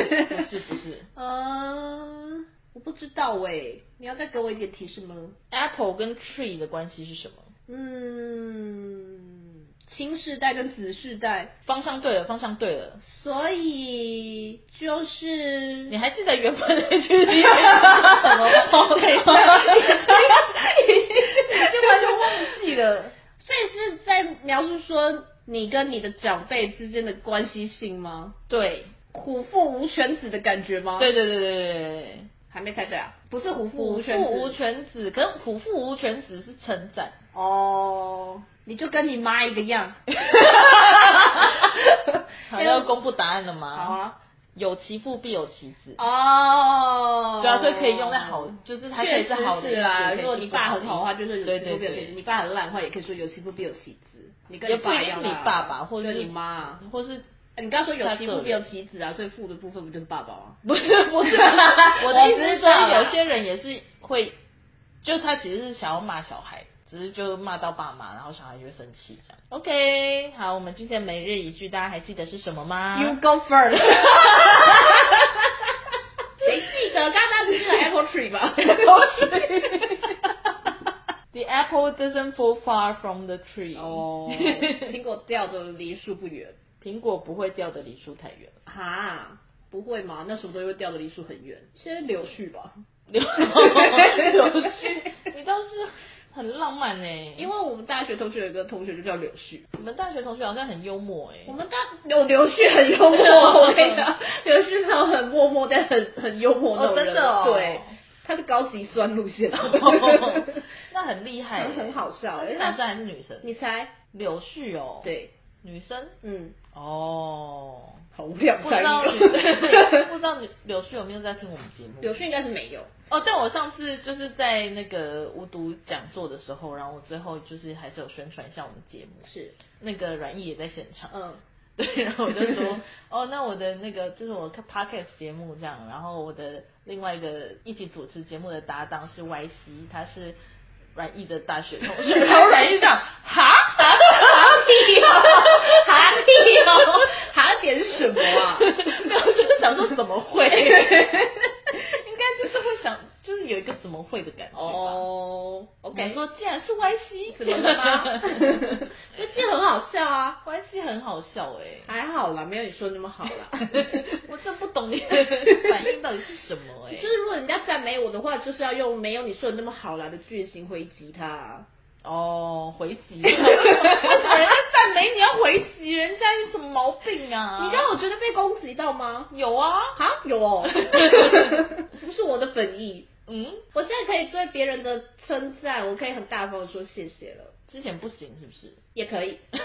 [SPEAKER 2] 是，不是。
[SPEAKER 1] 哦嗯，我不知道哎、你要再给我一点提示吗？
[SPEAKER 2] <laughs> Apple 跟 tree 的关系是什么？
[SPEAKER 1] 嗯，新世代跟子世代，
[SPEAKER 2] 方向对了，方向对了。
[SPEAKER 1] 所以就是
[SPEAKER 2] 你还记得原本那句是什
[SPEAKER 1] <laughs>
[SPEAKER 2] 么吗？
[SPEAKER 1] 对
[SPEAKER 2] <laughs>
[SPEAKER 1] 已
[SPEAKER 2] 就
[SPEAKER 1] 经
[SPEAKER 2] 完
[SPEAKER 1] 完
[SPEAKER 2] 全
[SPEAKER 1] 全
[SPEAKER 2] 忘记了。
[SPEAKER 1] 所以是在描述说你跟你的长辈之间的关系性吗？
[SPEAKER 2] 对，
[SPEAKER 1] 虎父无犬子的感觉吗？，
[SPEAKER 2] 对对对对对对
[SPEAKER 1] 还没猜对啊，不是虎
[SPEAKER 2] 对。
[SPEAKER 1] 父
[SPEAKER 2] 虎
[SPEAKER 1] 无
[SPEAKER 2] 父
[SPEAKER 1] 犬子，
[SPEAKER 2] 无犬子，可是虎父无犬子是称赞。
[SPEAKER 1] 哦，你就跟你妈一个样。
[SPEAKER 2] <laughs> 好，要公布答案了吗？
[SPEAKER 1] 好，啊，
[SPEAKER 2] 有其父必有其子。
[SPEAKER 1] 哦，
[SPEAKER 2] 对啊，所以可以用在好，就是它可以
[SPEAKER 1] 确
[SPEAKER 2] 是
[SPEAKER 1] 实
[SPEAKER 2] 好的意
[SPEAKER 1] 是
[SPEAKER 2] 思
[SPEAKER 1] 啦。
[SPEAKER 2] 也可以
[SPEAKER 1] 如果
[SPEAKER 2] 是
[SPEAKER 1] 你
[SPEAKER 2] 不
[SPEAKER 1] 爸
[SPEAKER 2] 好
[SPEAKER 1] 很好的话，
[SPEAKER 2] 意
[SPEAKER 1] 就
[SPEAKER 2] 思
[SPEAKER 1] 说有
[SPEAKER 2] 对
[SPEAKER 1] 其
[SPEAKER 2] 对
[SPEAKER 1] 父必有其
[SPEAKER 2] 对
[SPEAKER 1] 子；，你爸很烂的话，也可以说有其父必有其子。你跟
[SPEAKER 2] 也
[SPEAKER 1] 你
[SPEAKER 2] 不一
[SPEAKER 1] 爸一
[SPEAKER 2] 定
[SPEAKER 1] 样
[SPEAKER 2] 是你
[SPEAKER 1] 啦
[SPEAKER 2] 爸爸，或者
[SPEAKER 1] 对
[SPEAKER 2] 是
[SPEAKER 1] 你妈。
[SPEAKER 2] 或是
[SPEAKER 1] 哎你刚刚说有
[SPEAKER 2] 他
[SPEAKER 1] 其
[SPEAKER 2] 个
[SPEAKER 1] 父
[SPEAKER 2] 人
[SPEAKER 1] 必有其子啊，所以父的部分不就是爸爸吗？
[SPEAKER 2] 不是不是，我的意思是说，
[SPEAKER 1] 啊
[SPEAKER 2] 有些人也是会，就他其实是想要骂小孩，只是就骂到爸妈，然后小孩就会生气这样。OK，好，我们今天每日一句，大家还记得是什么吗
[SPEAKER 1] You go <laughs> first 谁记得？刚刚只是 apple tree 吧 <laughs>
[SPEAKER 2] The apple doesn't fall far from the tree。 <laughs>
[SPEAKER 1] 哦，苹果掉的离树不远。
[SPEAKER 2] 苹果不会掉的离树太 <laughs> 远。
[SPEAKER 1] 哈，不会吗？那什么东西会掉的离树很远？先是柳絮吧，
[SPEAKER 2] 柳柳絮，你倒是很浪漫欸呢、因
[SPEAKER 1] 因
[SPEAKER 2] 为
[SPEAKER 1] 为我们大学同学有一个同学就叫柳絮。
[SPEAKER 2] 你们大学同学好像很幽默哎、 <laughs>
[SPEAKER 1] 我们大有柳絮很幽 <laughs> 默，我跟你讲，柳絮那种很默默但很很幽默那种
[SPEAKER 2] 哦
[SPEAKER 1] 人
[SPEAKER 2] 真的哦
[SPEAKER 1] 对。他是高级酸路线，
[SPEAKER 2] 那很厉害、欸
[SPEAKER 1] 很很好笑
[SPEAKER 2] 那是男生还是女生？
[SPEAKER 1] <laughs> 你猜？
[SPEAKER 2] 柳絮哦，，
[SPEAKER 1] 对，
[SPEAKER 2] 女生
[SPEAKER 1] 嗯，
[SPEAKER 2] 哦，
[SPEAKER 1] 好无聊，
[SPEAKER 2] 不知道
[SPEAKER 1] 猜
[SPEAKER 2] 女
[SPEAKER 1] 一个
[SPEAKER 2] 不知道女 <laughs> 柳絮有没有在听我们节目？
[SPEAKER 1] 柳絮应该是没有，
[SPEAKER 2] 哦，但我上次就是在那个无毒讲座的时候，然后我最后就是还是有宣传一下我们节目，
[SPEAKER 1] 是，
[SPEAKER 2] 那个阮毅也在现场，
[SPEAKER 1] 嗯，
[SPEAKER 2] 对，然后我就
[SPEAKER 1] <laughs>
[SPEAKER 2] 说，哦，那我的那个就是我看 podcast 节目这样，然后我的另外一个一起主持节目的搭档是 Y C，他是阮毅的大学同
[SPEAKER 1] <laughs>
[SPEAKER 2] 学，然后阮毅讲，哈， <laughs>
[SPEAKER 1] 屁哦，哈屁哦，哈点是什么啊？
[SPEAKER 2] 没有，就是想说怎么
[SPEAKER 1] <laughs>
[SPEAKER 2] 会，应该就是会想，就是有一个怎么会的感觉吧。
[SPEAKER 1] 哦
[SPEAKER 2] 我敢
[SPEAKER 1] ，OK，
[SPEAKER 2] 说，既然是 Y
[SPEAKER 1] <laughs>
[SPEAKER 2] C，
[SPEAKER 1] 怎么了吗？这些很好笑啊，
[SPEAKER 2] 关系很好笑哎、
[SPEAKER 1] 还好啦，没有你说那么好啦。
[SPEAKER 2] 我真不懂你
[SPEAKER 1] <laughs>
[SPEAKER 2] 的反应到底是什么哎、
[SPEAKER 1] 就是如果人家赞美我的话，就是要用没有你说的那么好啦的句型回击他啊、
[SPEAKER 2] 哦，回击，
[SPEAKER 1] <laughs>
[SPEAKER 2] 为什么人家赞美你要回击？人家有什么毛病啊？
[SPEAKER 1] 你让我觉得被攻击到吗？
[SPEAKER 2] 有啊，
[SPEAKER 1] 啊，有哦，不是我的本意。
[SPEAKER 2] 嗯，
[SPEAKER 1] 我现在可以对别人的称赞，我可以很大方的说谢谢了，
[SPEAKER 2] 之前不行是不是？
[SPEAKER 1] 也可
[SPEAKER 2] <laughs>
[SPEAKER 1] 以。
[SPEAKER 2] 什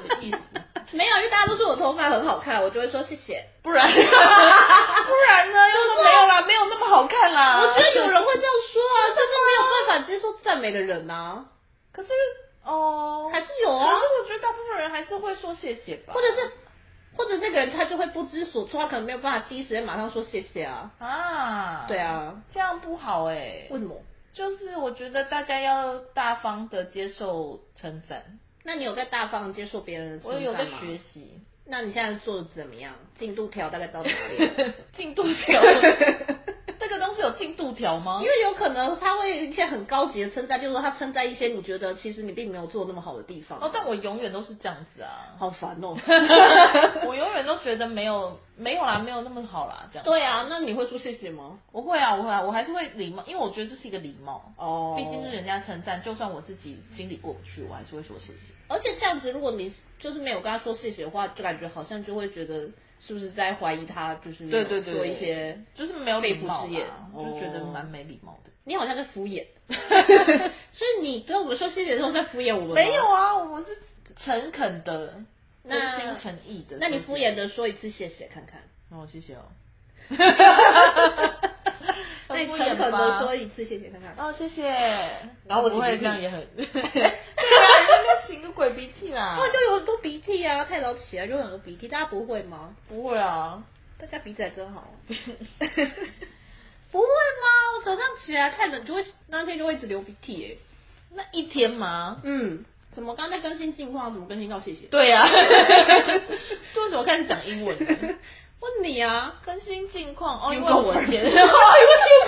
[SPEAKER 2] 么意思？
[SPEAKER 1] 没有，因为大家都说我头发很好看，我就会说谢谢。
[SPEAKER 2] 不然， <laughs> 不然
[SPEAKER 1] <laughs>
[SPEAKER 2] 呢？要说没有啦，没有那么好看啦。
[SPEAKER 1] 我觉得有人会这样说啊，但是没有办法接受赞美的人啊呐、
[SPEAKER 2] 可是哦，
[SPEAKER 1] 还是有啊
[SPEAKER 2] 可是我觉得大部分人还是会说谢谢吧，
[SPEAKER 1] 或者是或者那个人他就会不知所措，他可能没有办法第一时间马上说谢谢啊。
[SPEAKER 2] 啊，
[SPEAKER 1] 对，啊，
[SPEAKER 2] 这样不好哎、
[SPEAKER 1] 为什么？
[SPEAKER 2] 就是我觉得大家要大方的接受称赞，
[SPEAKER 1] 那你有在大方地接受别人的称
[SPEAKER 2] 我
[SPEAKER 1] 赞
[SPEAKER 2] 有在
[SPEAKER 1] 吗
[SPEAKER 2] 学习
[SPEAKER 1] 那你现在做的怎么样？进度条大概到
[SPEAKER 2] <laughs>
[SPEAKER 1] 哪里？
[SPEAKER 2] 进度条，
[SPEAKER 1] <laughs>
[SPEAKER 2] 这个东西有进度条吗
[SPEAKER 1] 因？为有可能他会有一些很高级的称赞，就是说他称赞一些你觉得其实你并没有做那么好的地方。
[SPEAKER 2] 哦，但我永远都是这样子啊，
[SPEAKER 1] 好烦 <laughs> 哦。
[SPEAKER 2] 我永远都觉得没有没有啦，没有那么好啦，这样。，
[SPEAKER 1] 对啊，那你会说谢谢吗？
[SPEAKER 2] 我会啊，我会啊，我还是会礼貌，因为我觉得这是一个礼貌，
[SPEAKER 1] 哦
[SPEAKER 2] 毕竟是人家称赞，就算我自己心里过不去，我还是会说谢谢。
[SPEAKER 1] 而且这样子，如果你就是没有跟他说谢谢的话，就感觉好像就会觉得是不是在怀疑他，就是没有做一些，
[SPEAKER 2] 就是没有礼貌
[SPEAKER 1] 肺腑之言
[SPEAKER 2] 啦，我就觉得
[SPEAKER 1] 哦
[SPEAKER 2] 蛮没礼貌的。
[SPEAKER 1] 你好像在敷 <laughs> 衍。所以你跟我们说谢谢的时候在敷衍我们？
[SPEAKER 2] 没有。啊，我是诚恳的，
[SPEAKER 1] 那
[SPEAKER 2] 真心诚意的。
[SPEAKER 1] 那你
[SPEAKER 2] 就是
[SPEAKER 1] 敷衍？的说一次谢谢看看。
[SPEAKER 2] 那我谢
[SPEAKER 1] <laughs>
[SPEAKER 2] 谢哦。
[SPEAKER 1] 那
[SPEAKER 2] 很
[SPEAKER 1] 你
[SPEAKER 2] 敷
[SPEAKER 1] 诚
[SPEAKER 2] 衍
[SPEAKER 1] 恳的
[SPEAKER 2] 吧
[SPEAKER 1] 说一次谢谢看看。
[SPEAKER 2] 哦，谢谢。然
[SPEAKER 1] 后我
[SPEAKER 2] 不会
[SPEAKER 1] 擤鼻涕
[SPEAKER 2] 这样也
[SPEAKER 1] <laughs>
[SPEAKER 2] 很，对啊，你那边擤个鬼鼻涕啦
[SPEAKER 1] 然。哦后就有很多鼻涕啊，太早起来就有很多鼻涕，大家不会吗？
[SPEAKER 2] 不会啊，
[SPEAKER 1] 大家鼻子还真好。
[SPEAKER 2] <laughs>
[SPEAKER 1] 不会吗？我早上起来太冷，就会那天就会一直流鼻涕耶、
[SPEAKER 2] 那一天吗？
[SPEAKER 1] 嗯，怎么刚才更新近况？怎么更新到谢谢？
[SPEAKER 2] 对呀、
[SPEAKER 1] <laughs>
[SPEAKER 2] 啊，这为什么开始讲英文呢？
[SPEAKER 1] 问你啊，
[SPEAKER 2] 更新近况哦，
[SPEAKER 1] You
[SPEAKER 2] 因
[SPEAKER 1] go
[SPEAKER 2] 为我
[SPEAKER 1] first
[SPEAKER 2] <laughs>
[SPEAKER 1] <laughs>
[SPEAKER 2] 前，因为 you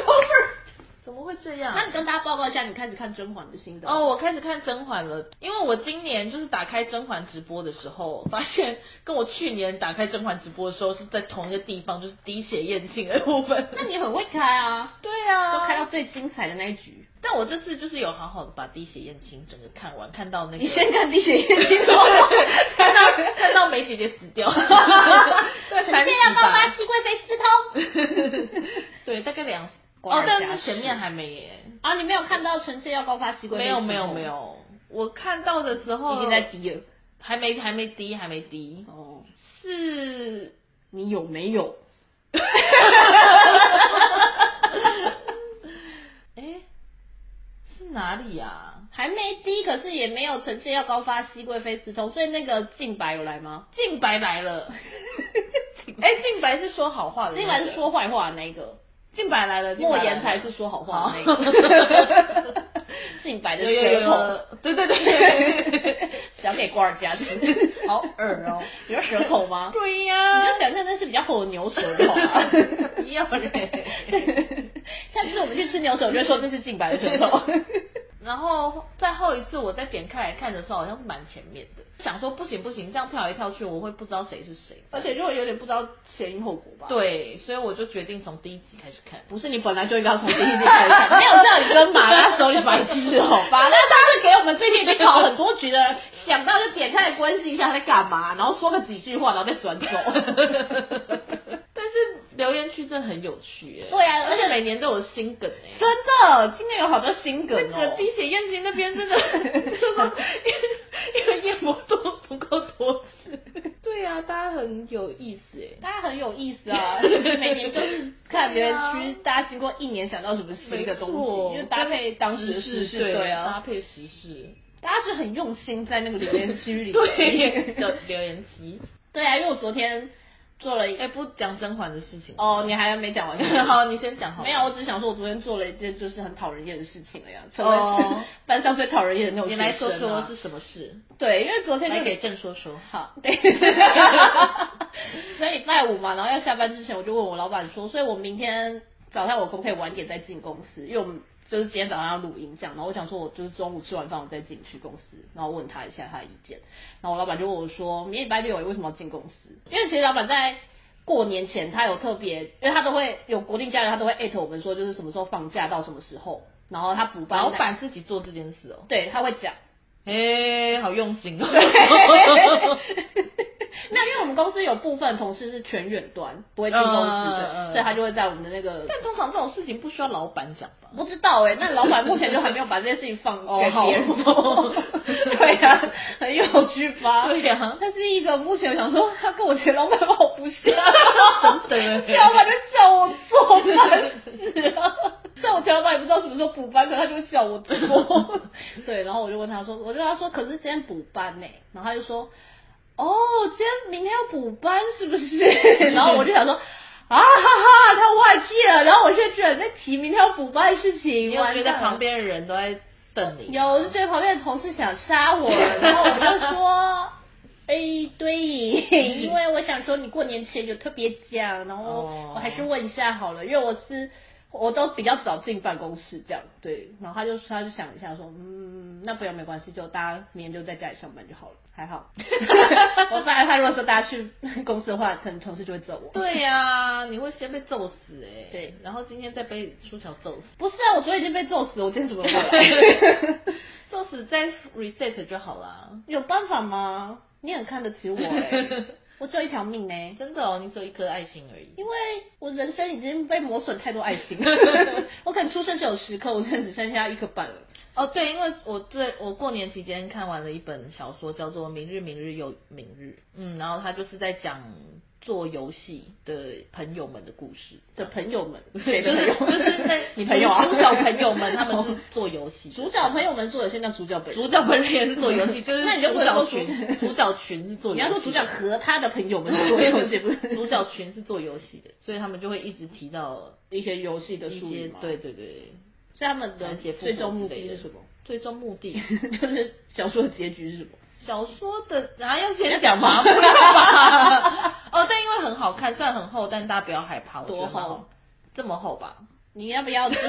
[SPEAKER 2] go first 怎么会这样？
[SPEAKER 1] 那你跟大家报告一下，你开始看《甄嬛》的心得
[SPEAKER 2] 哦，我开始看甄嬛了，因为我今年就是打开甄嬛直播的时候，发现跟我去年打开甄嬛直播的时候是在同一个地方，就是滴血验亲的部分。
[SPEAKER 1] 那你很会开啊，
[SPEAKER 2] 对啊，
[SPEAKER 1] 都开到最精彩的那一
[SPEAKER 2] <laughs>
[SPEAKER 1] 局。
[SPEAKER 2] 但我这次就是有好好的把滴血验亲整个看完，看到那个
[SPEAKER 1] 你先看《滴血验亲》 <laughs>
[SPEAKER 2] 看 <laughs> 到看到梅姐姐死 <laughs> 掉，对，
[SPEAKER 1] 臣
[SPEAKER 2] 三
[SPEAKER 1] 妾
[SPEAKER 2] 十
[SPEAKER 1] 要告
[SPEAKER 2] 吧
[SPEAKER 1] 发熹贵妃
[SPEAKER 2] <laughs>
[SPEAKER 1] 私通
[SPEAKER 2] 对，大概两
[SPEAKER 1] 瓜尔
[SPEAKER 2] 哦，但
[SPEAKER 1] 佳
[SPEAKER 2] 是前面
[SPEAKER 1] 氏
[SPEAKER 2] 还没耶，
[SPEAKER 1] 啊！你没有看到臣妾要告发熹贵妃
[SPEAKER 2] 没
[SPEAKER 1] 私
[SPEAKER 2] 有
[SPEAKER 1] 通？
[SPEAKER 2] 没有没有，我看到的时候
[SPEAKER 1] 已经在滴了。
[SPEAKER 2] 还没还没滴还没滴，
[SPEAKER 1] 哦，
[SPEAKER 2] <laughs> 是
[SPEAKER 1] 你有没有？
[SPEAKER 2] 哎、是哪里啊呀、
[SPEAKER 1] 还没滴，可是也没有臣妾要告发熹贵妃私通，所以那个静白有来吗？
[SPEAKER 2] 静白来了。哎、静白是说好话的，
[SPEAKER 1] 静白是
[SPEAKER 2] 对不对
[SPEAKER 1] 说坏话的那个，
[SPEAKER 2] 静白来了，
[SPEAKER 1] 莫言
[SPEAKER 2] 言
[SPEAKER 1] 才是说好话的那
[SPEAKER 2] <laughs>
[SPEAKER 1] 个
[SPEAKER 2] 好。
[SPEAKER 1] <laughs> 静白的
[SPEAKER 2] 有有有
[SPEAKER 1] 舌头，
[SPEAKER 2] 有，对对对，
[SPEAKER 1] 想给瓜尔佳吃， <laughs>
[SPEAKER 2] 好耳哦，
[SPEAKER 1] 你说舌头吗？
[SPEAKER 2] 对
[SPEAKER 1] 你
[SPEAKER 2] <laughs> 呀、
[SPEAKER 1] 就想象那是比较厚的牛舌头啊。 <laughs>
[SPEAKER 2] 不要嘞。 <laughs>
[SPEAKER 1] 对下次我们去吃牛舌，我就说这是静白的舌 <laughs> 头。
[SPEAKER 2] 然后再后一次，我再点开来看的时候，好像是蛮前面的，想说不行不行，这样跳来跳去，我会不知道谁是谁。
[SPEAKER 1] 而且就会有点不知道前因后果吧。，
[SPEAKER 2] 对，所以我就决定从第一集开始看。
[SPEAKER 1] 不是你本来就应该从第一集开始 <laughs> 看，没有叫你跟马拉手，你白痴哦好 <laughs> 吧？那他是给我们这些已经跑很多局的人，想到就点开来 <laughs> 关心一下他在干嘛，然后说个几句话，然后再转走。
[SPEAKER 2] 但是留言区真的很有趣、欸，
[SPEAKER 1] 对啊
[SPEAKER 2] 而且每年都有新梗哎、
[SPEAKER 1] 真的，今年有好多新梗
[SPEAKER 2] 那个
[SPEAKER 1] 哦。
[SPEAKER 2] 滴血验亲那边真
[SPEAKER 1] <laughs>
[SPEAKER 2] 的，就是因为验魔多不够多次。对啊，大家很有意思哎。
[SPEAKER 1] 大家很有意思啊，每年就是看留言
[SPEAKER 3] 对
[SPEAKER 1] 区，大家经过一年想到什么新的东西，就搭配当时的时事，对
[SPEAKER 2] 对搭
[SPEAKER 1] 啊，
[SPEAKER 2] 配时
[SPEAKER 1] <laughs>
[SPEAKER 2] 事，
[SPEAKER 1] 大家是很用心在那个留言区 <laughs> 里，
[SPEAKER 2] 对的留言机。
[SPEAKER 1] 对啊，因为我昨天做了一
[SPEAKER 2] 哎，不讲甄嬛的事情，
[SPEAKER 1] 哦，你还没讲完， <laughs>
[SPEAKER 2] 好，你先讲好了。
[SPEAKER 1] 没有，我只是想说，我昨天做了一件就是很讨人厌的事情了呀，成为是
[SPEAKER 2] 哦
[SPEAKER 1] <laughs> 班上最讨人厌的那种
[SPEAKER 2] 你
[SPEAKER 1] 学
[SPEAKER 2] 来
[SPEAKER 1] 生
[SPEAKER 2] 说
[SPEAKER 1] 啊、
[SPEAKER 2] 说是什么事？
[SPEAKER 1] 对，因为昨天
[SPEAKER 2] 来
[SPEAKER 1] 就
[SPEAKER 2] 给朕说说。
[SPEAKER 1] 好，
[SPEAKER 2] <laughs>
[SPEAKER 1] 对，所以礼拜五嘛，然后要下班之前，我就问我老板说，所以我明天早上我可不可以晚点再进公司？因为我们就是今天早上要录音这样，然后我想说，我就是中午吃完饭我再进去公司，然后问他一下他的意见。然后我老板就问我说，明天礼拜六你为什么要进公司？因为其实老板在。过年前他有特别，因为他都会有国定假日，他都会艾特我们说就是什么时候放假到什么时候，然后他补班。
[SPEAKER 2] 老板自己做这件事哦，
[SPEAKER 1] 对他会讲，
[SPEAKER 2] 哎，好用心哦。
[SPEAKER 1] <laughs> 那因为我们公司有部分同事是全远端，不会进公司的，
[SPEAKER 2] 嗯嗯嗯
[SPEAKER 1] 所以他就会在我们的那个。
[SPEAKER 2] <laughs> 但通常这种事情不需要老板讲吧？
[SPEAKER 1] 不知道哎、那老板目前就还没有把这件事情放 <laughs> 给
[SPEAKER 2] 哦好
[SPEAKER 1] 别人做， <laughs> 对啊，很有趣吧？
[SPEAKER 2] 对呀
[SPEAKER 1] 他是一个目前我想说，他跟我前老板好不像， <laughs>
[SPEAKER 2] 真
[SPEAKER 1] 前老板就叫我做烦死了。像我前老板也不知道什么时候补班，可他就会叫我做。 <laughs> 对，然后我就问他说，我就跟他说，可是今天补班呢、欸然后他就说，哦，今天明天要补班是 <laughs> 不是？然后我就想说。啊哈哈，他忘记了，然后我现在居然在提明天要补班的事情，
[SPEAKER 2] 你
[SPEAKER 1] 完
[SPEAKER 2] 又觉得
[SPEAKER 1] 蛋了
[SPEAKER 2] 旁边的人都在瞪你？
[SPEAKER 1] 有，我就觉得旁边的同事想杀我，然后我就说，哎、对，因为我想说你过年前有特别讲，然后
[SPEAKER 2] 哦
[SPEAKER 1] 我还是问一下好了，因为我是我都比较早进办公室这样，对，然后他就他就想一下说，嗯，那不要没关系，就大家明天就在家里上班就好了，还好。我反而他如果说大家去公司的话，可能同事就会揍我。
[SPEAKER 2] 对呀、你会先被揍死哎、
[SPEAKER 1] 对，
[SPEAKER 2] 然后今天再被舒乔揍死，
[SPEAKER 1] 不是啊，我昨天已经被揍死了，我今天怎么办？
[SPEAKER 2] 揍死再 reset 就好啦。
[SPEAKER 1] 有办法吗？你很看得起我哎、我只有一条命呢、
[SPEAKER 2] 真的哦，你只有一颗爱心而已。
[SPEAKER 1] 因为我人生已经被磨损太多爱心
[SPEAKER 2] <laughs>
[SPEAKER 1] 了，我可能出生只有十颗，我现在只剩下一颗半了。
[SPEAKER 2] 哦，对，因为我对我过年期间看完了一本小说，叫做《明日明日又明日》，嗯，然后他就是在讲做游戏的朋友们的故事，
[SPEAKER 1] 的朋友们，
[SPEAKER 2] 对，
[SPEAKER 1] 谁
[SPEAKER 2] 就
[SPEAKER 1] 的
[SPEAKER 2] 是
[SPEAKER 1] 朋友
[SPEAKER 2] 就
[SPEAKER 1] 们
[SPEAKER 2] 是 <laughs> 在
[SPEAKER 1] 你朋友啊，哦
[SPEAKER 2] 主角朋友们他们 <laughs> 是做游戏的，
[SPEAKER 1] 主角朋友们做的现在主角本人
[SPEAKER 2] 主角本人也是做游戏，就是
[SPEAKER 1] 那你就不能说
[SPEAKER 2] 主角群，
[SPEAKER 1] 主
[SPEAKER 2] 主角群是做游戏的。
[SPEAKER 1] 你要说主角和他的朋友们做游戏，不是
[SPEAKER 2] 主角群是做游戏的，所以他们就会一直提到
[SPEAKER 1] 一些游戏的
[SPEAKER 2] 一
[SPEAKER 1] 术
[SPEAKER 2] 些
[SPEAKER 1] 语嘛？
[SPEAKER 2] 对，对对，
[SPEAKER 1] 所以他们的
[SPEAKER 2] 团结复
[SPEAKER 1] 最
[SPEAKER 2] 仇
[SPEAKER 1] 终
[SPEAKER 2] 之
[SPEAKER 1] 目
[SPEAKER 2] 类
[SPEAKER 1] 的
[SPEAKER 2] 的
[SPEAKER 1] 是什么？ <laughs>
[SPEAKER 2] 最终目的。
[SPEAKER 1] 就是小说的结局是什么？
[SPEAKER 2] 小说的，然、啊、后要先讲吗？不 <laughs> 要吧。哦，但因为很好看，虽然很厚，但大家不要害怕。我觉得
[SPEAKER 1] 多
[SPEAKER 2] 蛮好
[SPEAKER 1] 厚？
[SPEAKER 2] 这么厚吧？
[SPEAKER 1] 你要不要就是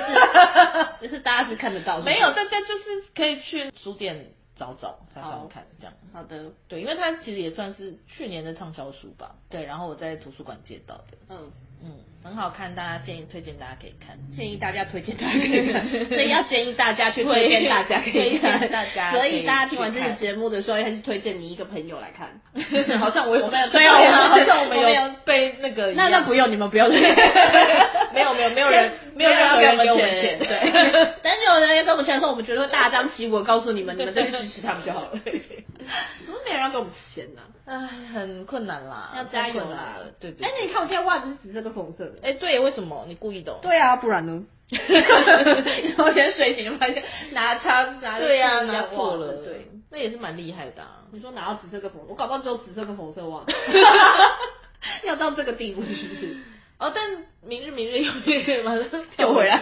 [SPEAKER 2] <laughs>
[SPEAKER 1] 就是大家是看得到是不是？
[SPEAKER 2] 没有，大家就是可以去书店找找翻翻看，这样。
[SPEAKER 1] 好的，
[SPEAKER 2] 对，因为它其实也算是去年的畅销书吧。对，然后我在图书馆借到的。
[SPEAKER 1] 嗯，
[SPEAKER 2] 嗯，很好看，大家建议推荐大家可以 <laughs> 看。
[SPEAKER 1] 建议大家推荐大家可
[SPEAKER 2] <laughs>
[SPEAKER 1] 以看，所以要建议大家去推荐大家可以
[SPEAKER 2] 推
[SPEAKER 1] 看，
[SPEAKER 2] 荐大家
[SPEAKER 1] 所以大家听完这
[SPEAKER 2] 可以去
[SPEAKER 1] 期
[SPEAKER 2] 看
[SPEAKER 1] 节目的时候，还是推荐你一个朋友来
[SPEAKER 2] <laughs>
[SPEAKER 1] 看。
[SPEAKER 2] 好像我有，
[SPEAKER 1] 我没有
[SPEAKER 2] 对
[SPEAKER 1] 我没有
[SPEAKER 2] 啊， <laughs> 好像我们
[SPEAKER 1] 我没有
[SPEAKER 2] 有被那个一
[SPEAKER 1] 那
[SPEAKER 2] 样，
[SPEAKER 1] 那不用，你们不
[SPEAKER 2] <laughs>
[SPEAKER 1] 用。
[SPEAKER 2] 没有没有没有 <laughs> 人没有
[SPEAKER 1] 人
[SPEAKER 2] 人
[SPEAKER 1] 要
[SPEAKER 2] 要
[SPEAKER 1] 给
[SPEAKER 2] 给
[SPEAKER 1] 我
[SPEAKER 2] 我
[SPEAKER 1] 们
[SPEAKER 2] 们
[SPEAKER 1] 钱，
[SPEAKER 2] 钱 <laughs>
[SPEAKER 1] 对。但是有人要给我们钱的时候，我们绝对会大张旗鼓地告诉你们，你们再去支持他们就
[SPEAKER 2] <laughs>
[SPEAKER 1] 好了。怎么没有人要给我们钱呢、
[SPEAKER 2] 唉，很困难啦，
[SPEAKER 1] 要加油
[SPEAKER 2] 太困难
[SPEAKER 1] 啦
[SPEAKER 2] 了！对对。
[SPEAKER 1] 哎，那你看我今天袜子是紫色跟红色的。
[SPEAKER 2] 哎，对，为什么你故意的哦？
[SPEAKER 1] 对啊，不然
[SPEAKER 2] <laughs>
[SPEAKER 1] 呢？然后先睡醒就发现拿叉拿
[SPEAKER 2] 对呀，
[SPEAKER 1] 拿
[SPEAKER 2] 拿错了，
[SPEAKER 1] 对，，
[SPEAKER 2] 那也是蛮厉害的啊。
[SPEAKER 1] 你说拿到紫色跟红，我搞不好只有紫色跟红色 <laughs> 袜，要到这个地步是不是？
[SPEAKER 2] 哦，但明日明日又明日，马上
[SPEAKER 1] 又回来。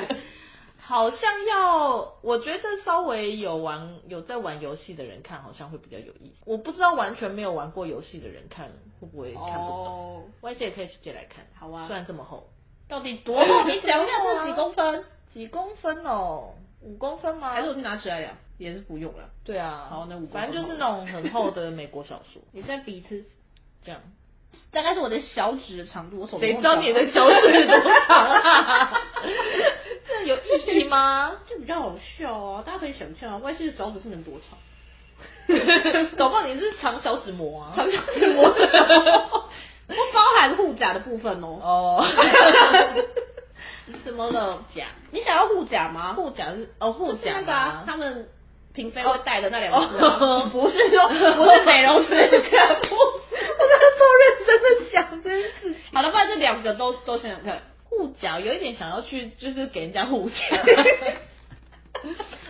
[SPEAKER 2] 好像要，我觉得稍微有玩有在玩游戏的人看，好像会比较有意思。我不知道完全没有玩过游戏的人看会不会看不懂。
[SPEAKER 1] 哦，
[SPEAKER 2] 外界也可以去借来看，
[SPEAKER 1] 好啊
[SPEAKER 2] 虽然这么厚，
[SPEAKER 1] 到底多厚？你想一下，这是几公分？
[SPEAKER 2] <laughs> 几公分哦，五公分吗？
[SPEAKER 1] 还是我去拿尺来量？也是不用了。
[SPEAKER 2] 对啊，
[SPEAKER 1] 好那五公分
[SPEAKER 2] 反正就是那种很厚的美国小说，
[SPEAKER 1] 你再比一次，
[SPEAKER 2] 这
[SPEAKER 1] <laughs>
[SPEAKER 2] 样。
[SPEAKER 1] 大概是我的小指的长度，我手
[SPEAKER 2] 谁知道你的手指多长
[SPEAKER 1] <laughs>
[SPEAKER 2] 啊？这有意义吗？
[SPEAKER 1] 这比较好笑啊！大家可以想象啊，外星的手指是能多 <laughs> 长？
[SPEAKER 2] 搞不好你是长小指模啊，
[SPEAKER 1] 长小指模是什么？不包含护甲的部分哦。
[SPEAKER 2] <laughs>
[SPEAKER 1] <laughs>
[SPEAKER 2] 哦，
[SPEAKER 1] 你 <laughs> 怎么了？甲？你想要护甲吗？
[SPEAKER 2] 护甲是哦，护
[SPEAKER 1] 是那
[SPEAKER 2] 甲
[SPEAKER 1] 个啊
[SPEAKER 2] 吗？
[SPEAKER 1] 他们嫔妃会戴的那两个字
[SPEAKER 2] 哦
[SPEAKER 1] 啊，不是 <laughs> 说不是美容师甲，不是。
[SPEAKER 2] 我在超认真的想这件事
[SPEAKER 1] <laughs>
[SPEAKER 2] 情。
[SPEAKER 1] 好了，不然这两个都都想想看。
[SPEAKER 2] 护甲有一点想要去，就是给人家
[SPEAKER 1] <laughs>
[SPEAKER 2] 护甲。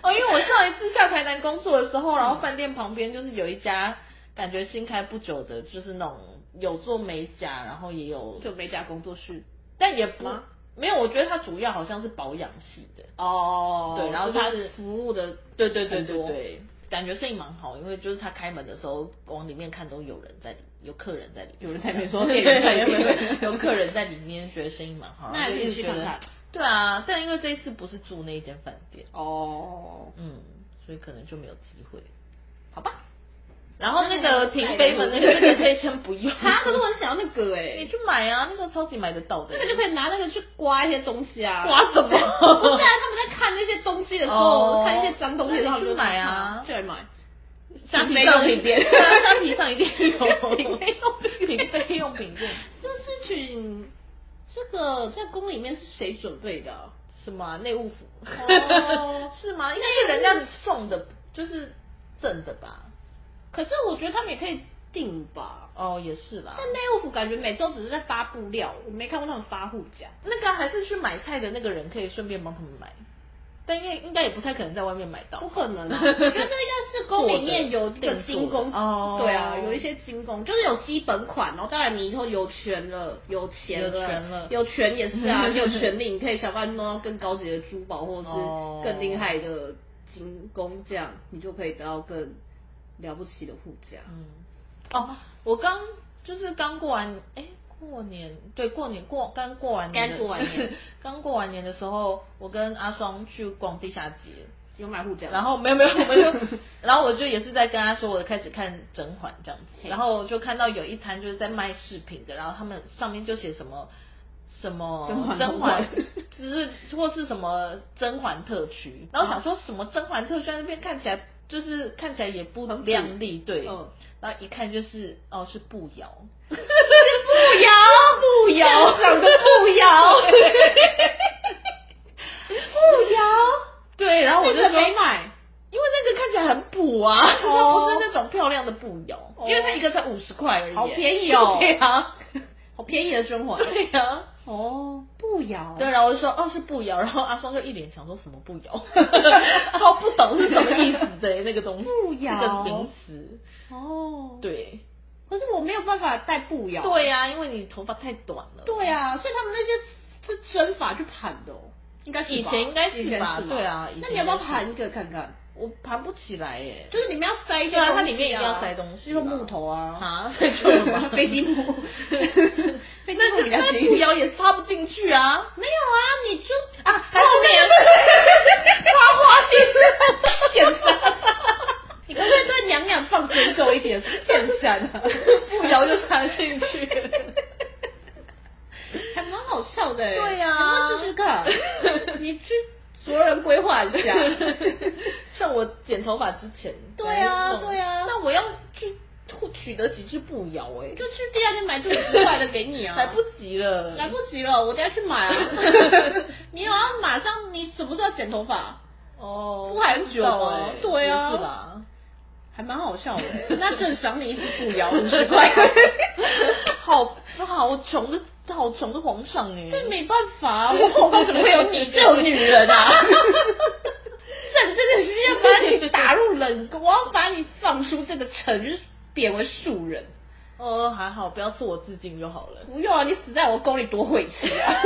[SPEAKER 2] 哦，因为我上一次下台南工作的时候，然后饭店旁边就是有一家感觉新开不久的，就是那种有做美甲，然后也有，
[SPEAKER 1] 就美甲工作室
[SPEAKER 2] 但也不
[SPEAKER 1] 吗
[SPEAKER 2] 没有，我觉得它主要好像是保养系的。
[SPEAKER 1] 哦
[SPEAKER 2] 对然后就
[SPEAKER 1] 他
[SPEAKER 2] 是
[SPEAKER 1] 服务的，
[SPEAKER 2] 对对对
[SPEAKER 1] 很
[SPEAKER 2] 对
[SPEAKER 1] 多
[SPEAKER 2] 对，感觉生意蛮好，因为就是他开门的时候往里面看都有人在里，有客人在里面，
[SPEAKER 1] 有人在里
[SPEAKER 2] <laughs>
[SPEAKER 1] 面说
[SPEAKER 2] 对
[SPEAKER 1] 店员在里
[SPEAKER 2] 对
[SPEAKER 1] 面
[SPEAKER 2] 对对有客人在里面，觉得生意蛮好，
[SPEAKER 1] 那
[SPEAKER 2] 然后
[SPEAKER 1] 也可以
[SPEAKER 2] 就
[SPEAKER 1] 去
[SPEAKER 2] 觉得
[SPEAKER 1] 看看。
[SPEAKER 2] 对啊，但因为这一次不是住那一间饭店，
[SPEAKER 1] 哦，
[SPEAKER 2] 嗯，所以可能就没有机会。
[SPEAKER 1] 好吧。
[SPEAKER 2] 然后那
[SPEAKER 1] 那
[SPEAKER 2] 个
[SPEAKER 1] 个
[SPEAKER 2] 嫔妃们那
[SPEAKER 1] 那
[SPEAKER 2] 个
[SPEAKER 1] 个
[SPEAKER 2] 那个可以先不
[SPEAKER 1] <laughs>
[SPEAKER 2] 用，
[SPEAKER 1] 啊，可是我很想要那个哎、
[SPEAKER 2] 你去买啊，那个超级买得到的，
[SPEAKER 1] 那个就可以拿那个去刮一些东西啊。
[SPEAKER 2] 刮什么
[SPEAKER 1] 不是啊，他们在看那些东西的时候，
[SPEAKER 2] 哦
[SPEAKER 1] 看一些脏东西的时候，
[SPEAKER 2] 那你去买啊
[SPEAKER 1] 去买。
[SPEAKER 2] 虾皮
[SPEAKER 1] 嫔妃
[SPEAKER 2] 上
[SPEAKER 1] 用品店
[SPEAKER 2] 对啊，虾
[SPEAKER 1] <laughs>
[SPEAKER 2] 皮上一定有
[SPEAKER 1] 嫔妃用品
[SPEAKER 2] 嫔
[SPEAKER 1] 店
[SPEAKER 2] 妃用品店。
[SPEAKER 1] 就是请这个在宫里面是谁准备的啊、
[SPEAKER 2] 什么啊内、务府？
[SPEAKER 1] 哦
[SPEAKER 2] 是吗？应该是人家送的，就是赠的吧？
[SPEAKER 1] 可是我觉得他们也可以定吧。
[SPEAKER 2] 哦，也是啦
[SPEAKER 1] 但。内务府感觉每周只是在发布料，我没看过他们发护甲。
[SPEAKER 2] 那个还是去买菜的那个人可以顺便帮他们买，但应该应该也不太可能在外面买到
[SPEAKER 1] 不。可
[SPEAKER 2] <laughs>
[SPEAKER 1] 能啊！我觉得应该是宫里面有这个精工，
[SPEAKER 2] 做的哦
[SPEAKER 1] 对啊，有一些精工，就是有基本款，然后当然你以后有权了，有钱了，
[SPEAKER 2] 有权了
[SPEAKER 1] 有权也
[SPEAKER 2] <laughs>
[SPEAKER 1] 是啊，你有权利，你可以想办法弄到更高级的珠宝或者
[SPEAKER 2] 哦
[SPEAKER 1] 是更厉害的精工，这样你就可以得到更了不起的护甲。
[SPEAKER 2] 嗯，哦，我刚就是刚过完，哎、过年对，过年过刚过完年的，
[SPEAKER 1] 刚过完年
[SPEAKER 2] <laughs> 刚过完年的时候，我跟阿双去逛地下街，
[SPEAKER 1] 有买护甲，
[SPEAKER 2] 然后没有没有，我们
[SPEAKER 1] <laughs>
[SPEAKER 2] 就，然后我就也是在跟他说，我开始看《甄嬛》这样子，
[SPEAKER 1] 嘿
[SPEAKER 2] 然后就看到有一摊就是在卖饰品的，然后他们上面就写什么什么
[SPEAKER 1] 甄
[SPEAKER 2] 甄
[SPEAKER 1] 嬛同
[SPEAKER 2] 嬛
[SPEAKER 1] 款，
[SPEAKER 2] <laughs> 就是或是什么甄嬛特区，然后想说什么甄嬛特区在那边看起来就是看起来也不
[SPEAKER 1] 很
[SPEAKER 2] 亮丽，对，
[SPEAKER 1] 嗯
[SPEAKER 2] 然后一看就是哦是步摇，
[SPEAKER 1] 不摇不摇，长得不摇，
[SPEAKER 2] <laughs>
[SPEAKER 1] 不摇，
[SPEAKER 2] 对，然后我就
[SPEAKER 1] 那
[SPEAKER 2] 说
[SPEAKER 1] 个没买。
[SPEAKER 2] 因为那个看起来很补啊， <laughs> 它
[SPEAKER 1] 哦
[SPEAKER 2] 不是那种漂亮的布油，
[SPEAKER 1] 哦
[SPEAKER 2] 因为它一个才五十块而已，
[SPEAKER 1] 好便宜哦
[SPEAKER 2] <laughs> 对啊，
[SPEAKER 1] 好便宜的甄嬛，
[SPEAKER 2] 对啊。
[SPEAKER 1] 哦，不摇，
[SPEAKER 2] 对，然后我就说哦是布 <laughs> 摇，然后阿松就一脸想说什么布
[SPEAKER 1] <laughs>
[SPEAKER 2] 摇，他不懂是什么意思的那个东西，
[SPEAKER 1] 步摇
[SPEAKER 2] 这个名词，
[SPEAKER 1] 哦，，
[SPEAKER 2] 对
[SPEAKER 1] 可是我没有办法戴步摇，
[SPEAKER 2] 对呀、因为你头发太短了，
[SPEAKER 1] 对啊，所以他们那些是针法去盘的、哦，应该是
[SPEAKER 2] 以
[SPEAKER 1] 吧
[SPEAKER 2] 前应该是吧
[SPEAKER 1] 以前吧，
[SPEAKER 2] 对啊以前应该是
[SPEAKER 1] 那你要不要盘一个看看？
[SPEAKER 2] 我盘不起来耶，
[SPEAKER 1] 就是你们要塞一些
[SPEAKER 2] 对啊
[SPEAKER 1] 东西、
[SPEAKER 2] 它里面一定要塞东西
[SPEAKER 1] 用
[SPEAKER 2] 吧
[SPEAKER 1] 木头啊，
[SPEAKER 2] <laughs> 啊太重了吧
[SPEAKER 1] <laughs> 飞机
[SPEAKER 2] <laughs>
[SPEAKER 1] 木，飞机木比较
[SPEAKER 2] 那
[SPEAKER 1] 轻
[SPEAKER 2] 布摇也插不进去啊，
[SPEAKER 1] 没有啊，你就啊，
[SPEAKER 2] 还是那个
[SPEAKER 1] <laughs> 花花点剑
[SPEAKER 2] <laughs>
[SPEAKER 1] 山，你可不可以对娘娘放尊重一点？
[SPEAKER 2] <laughs>
[SPEAKER 1] 剑山啊，
[SPEAKER 2] 布摇就插进去了。
[SPEAKER 1] 还蛮好笑的、欸。
[SPEAKER 2] 对呀
[SPEAKER 1] 你要试试看， <laughs> 你去着人规划一下。
[SPEAKER 2] <laughs> 像我剪头发之前，
[SPEAKER 1] 对啊
[SPEAKER 2] 来弄
[SPEAKER 1] 对啊
[SPEAKER 2] 那我要去取得几只步摇哎，
[SPEAKER 1] <laughs> 就去地下店买这种十块的给你啊！
[SPEAKER 2] 来不及了，
[SPEAKER 1] 来不及了，我等下去买 <laughs> 啊！你有要马上，你什么时候要剪头发？
[SPEAKER 2] 哦，
[SPEAKER 1] 不还很久吗
[SPEAKER 2] 不知道哎
[SPEAKER 1] 对啊
[SPEAKER 2] 也是啦，
[SPEAKER 1] 还蛮好笑的欸、 <laughs> 那正赏你一只步
[SPEAKER 2] <laughs>
[SPEAKER 1] 摇五十 <laughs> 块，
[SPEAKER 2] 好好穷的好穷的皇上哎，
[SPEAKER 1] 这没办法、 <laughs> 啊，我后宫怎么会有你这种女 <laughs> 人啊？朕真的是要把你打入冷宫，我要把你放出这个城，就是贬为庶人。
[SPEAKER 2] 哦还好，不要自我自尽就好了。
[SPEAKER 1] 不用啊，你死在我宫里多晦气 <laughs> 啊！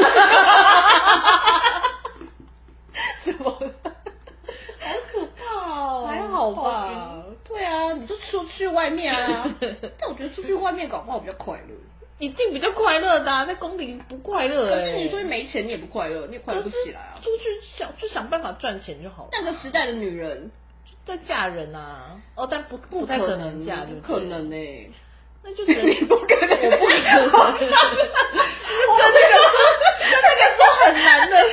[SPEAKER 1] 怎么了？好可怕哦！
[SPEAKER 2] 还好吧
[SPEAKER 1] 暴君？对啊，你就出去外面 <laughs> 啊。但我觉得出去外面搞不好比较快乐。
[SPEAKER 2] 一定比较快乐的啊，在宫里不快乐哎。
[SPEAKER 1] 可是你说没钱，你也不快乐，你也快乐不起来啊
[SPEAKER 2] 就。是出去想就想办法赚钱就好了。
[SPEAKER 1] 那个时代的女人
[SPEAKER 2] 在嫁人啊，哦，但不
[SPEAKER 1] 不
[SPEAKER 2] 不
[SPEAKER 1] 可
[SPEAKER 2] 太可
[SPEAKER 1] 能
[SPEAKER 2] 能嫁，
[SPEAKER 1] 不
[SPEAKER 2] 对
[SPEAKER 1] 可
[SPEAKER 2] 对
[SPEAKER 1] 能欸呢、
[SPEAKER 2] 那就只
[SPEAKER 1] <laughs>
[SPEAKER 2] 能你不可能，我不可能。
[SPEAKER 1] 皇 <laughs> 上
[SPEAKER 2] 我跟那个说，那个说很难的，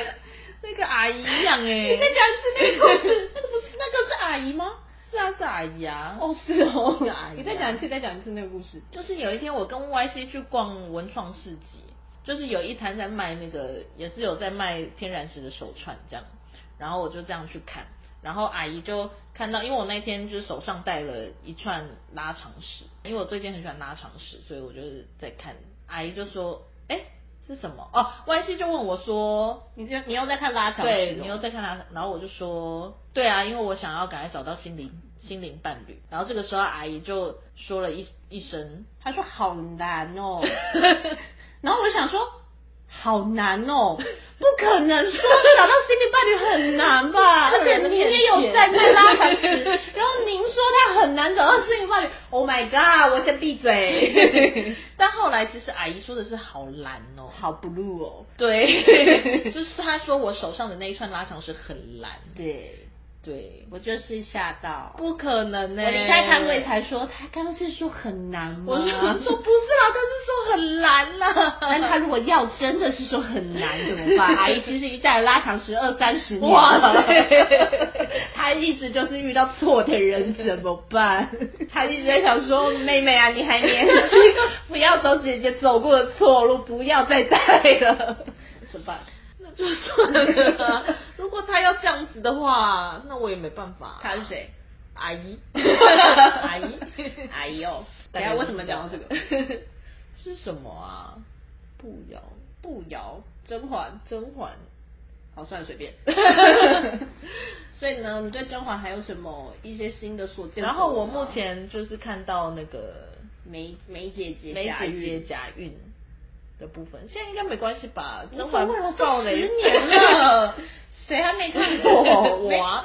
[SPEAKER 2] 那个阿姨一样哎、
[SPEAKER 1] <laughs> 你再讲一次那个故事，那不是那个是阿姨吗？
[SPEAKER 2] <laughs> 是啊，是阿姨啊。
[SPEAKER 3] 哦，是
[SPEAKER 1] <laughs>
[SPEAKER 3] 哦
[SPEAKER 2] 那个阿姨啊
[SPEAKER 3] 你再讲一次，再讲一次那个故事。
[SPEAKER 2] 就是有一天我跟 YC 去逛文创市集，就是有一摊在卖那个，也是有在卖天然石的手串这样，然后我就这样去看，然后阿姨就看到，因为我那天就是手上戴了一串拉长石，因为我最近很喜欢拉长石，所以我就是在看，阿姨就说，哎、是什么？哦，YC 就问我说，
[SPEAKER 1] 你就你又在看拉长哦
[SPEAKER 2] 对，你
[SPEAKER 1] 你
[SPEAKER 2] 又在看他，然后我就说，对啊，因为我想要赶快找到心灵心灵伴侣。然后这个时候阿姨就说了一一声，
[SPEAKER 1] 他说好难 <laughs> 哦，然后我就想说好难 <laughs> 哦，不可能说找到心灵伴侣很难吧？ <laughs> 而且您也有在卖拉长石，然后您说他很难找到心灵伴侣，Oh my god！我先闭 <laughs> 嘴，
[SPEAKER 2] 但后来其实阿姨说的是好蓝哦，
[SPEAKER 1] 好 blue 哦， <laughs>
[SPEAKER 2] 对，就是她说我手上的那一串拉长是很蓝，
[SPEAKER 1] 对
[SPEAKER 2] 对，
[SPEAKER 1] 我就是吓到。
[SPEAKER 2] 不可能欸呢、
[SPEAKER 1] 我离开摊位才说，他刚刚是说很难吗？
[SPEAKER 2] 我是我说不是
[SPEAKER 1] 啊
[SPEAKER 2] 啦，但是说很蓝啦、
[SPEAKER 1] 嗯 <laughs> 但他如果要真的是说很难怎么 <laughs> 办？阿姨其实一带拉长十二三十年
[SPEAKER 2] 哇
[SPEAKER 1] 了
[SPEAKER 2] 塞，
[SPEAKER 1] <laughs> 她一直就是遇到错的人怎么办？ <laughs> 她一直在想说，妹妹啊，你还年轻，不要走姐姐走过的错路，不要再带了， <laughs> 怎么办？
[SPEAKER 2] 那就算了啊、如果她要这样子的话，那我也没办法、
[SPEAKER 1] 她是谁？
[SPEAKER 2] 阿
[SPEAKER 1] <laughs>
[SPEAKER 2] 姨，
[SPEAKER 1] 阿
[SPEAKER 2] 阿
[SPEAKER 1] 姨
[SPEAKER 2] 姨，，
[SPEAKER 1] 阿姨 <laughs> 哦，
[SPEAKER 2] 大
[SPEAKER 1] 等一下
[SPEAKER 2] 概
[SPEAKER 1] 为什么讲到这 <laughs> 个？
[SPEAKER 2] 是什么啊？步摇，
[SPEAKER 1] 步摇、甄嬛、
[SPEAKER 2] 甄嬛，
[SPEAKER 1] 好，算了，随 <laughs> 便。所以呢，你对甄嬛还有什么一些新的所见所闻吗？啊
[SPEAKER 2] 然后我目前就是看到那个
[SPEAKER 1] 梅梅姐姐
[SPEAKER 2] 梅
[SPEAKER 1] 贾
[SPEAKER 2] 姐
[SPEAKER 1] 玉
[SPEAKER 2] 姐假孕的部分，现在应该没关系吧？
[SPEAKER 1] 不
[SPEAKER 2] 甄
[SPEAKER 1] 会
[SPEAKER 2] 嬛
[SPEAKER 1] 了，
[SPEAKER 2] 爆
[SPEAKER 1] 都 <laughs>
[SPEAKER 2] 雷
[SPEAKER 1] 十年，了，谁还没看过
[SPEAKER 2] <laughs> 我
[SPEAKER 1] <laughs>
[SPEAKER 2] 啊，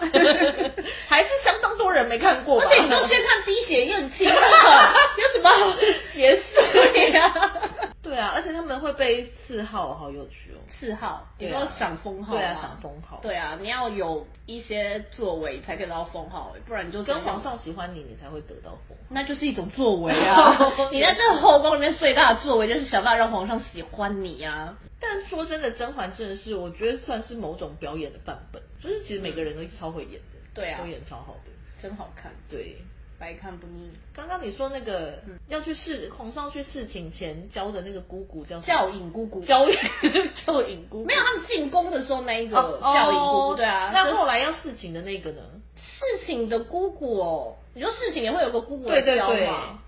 [SPEAKER 2] 还是相当多人没看过吧？
[SPEAKER 1] 而且你都先看滴血验亲了，有什么好结束呀？
[SPEAKER 2] 对啊，而且他们会被刺号，好有趣哦。
[SPEAKER 1] 四号，你
[SPEAKER 2] 对
[SPEAKER 1] 说
[SPEAKER 2] 啊
[SPEAKER 1] 赏封号吗，
[SPEAKER 2] 对啊赏封号
[SPEAKER 1] 对啊，你要有一些作为才可以拿到封号，不然你就
[SPEAKER 2] 跟
[SPEAKER 1] 皇
[SPEAKER 2] 皇
[SPEAKER 1] 上。
[SPEAKER 2] 上喜欢你，你才会得到封。！
[SPEAKER 1] 那就是一种作为 <laughs> 啊你在这个后宫里面最大的作为就是想办法让皇上喜欢你啊！
[SPEAKER 2] 但说真的，甄嬛真的是，我觉得算是某种表演的范本，就是其实每个人都超会演的，
[SPEAKER 1] 对啊
[SPEAKER 2] 都演超好的，
[SPEAKER 1] 真好看，
[SPEAKER 2] 对。
[SPEAKER 1] 百看不腻。
[SPEAKER 2] 刚刚你说那个、
[SPEAKER 1] 嗯
[SPEAKER 2] 要去试皇上去侍寝前教的那个姑姑叫什
[SPEAKER 1] 教
[SPEAKER 2] 么
[SPEAKER 1] 引姑姑，
[SPEAKER 2] 教 <laughs> 教引姑姑，
[SPEAKER 1] 没有他们进宫的时候那一个
[SPEAKER 2] 哦
[SPEAKER 1] 教引姑
[SPEAKER 2] 哦
[SPEAKER 1] 姑，对啊。就
[SPEAKER 2] 那
[SPEAKER 1] 是
[SPEAKER 2] 后来要侍寝的那个呢？
[SPEAKER 1] 事情的姑姑哦，你说事情也会有个姑姑
[SPEAKER 2] 对对
[SPEAKER 1] 来教
[SPEAKER 2] 对
[SPEAKER 1] 嘛？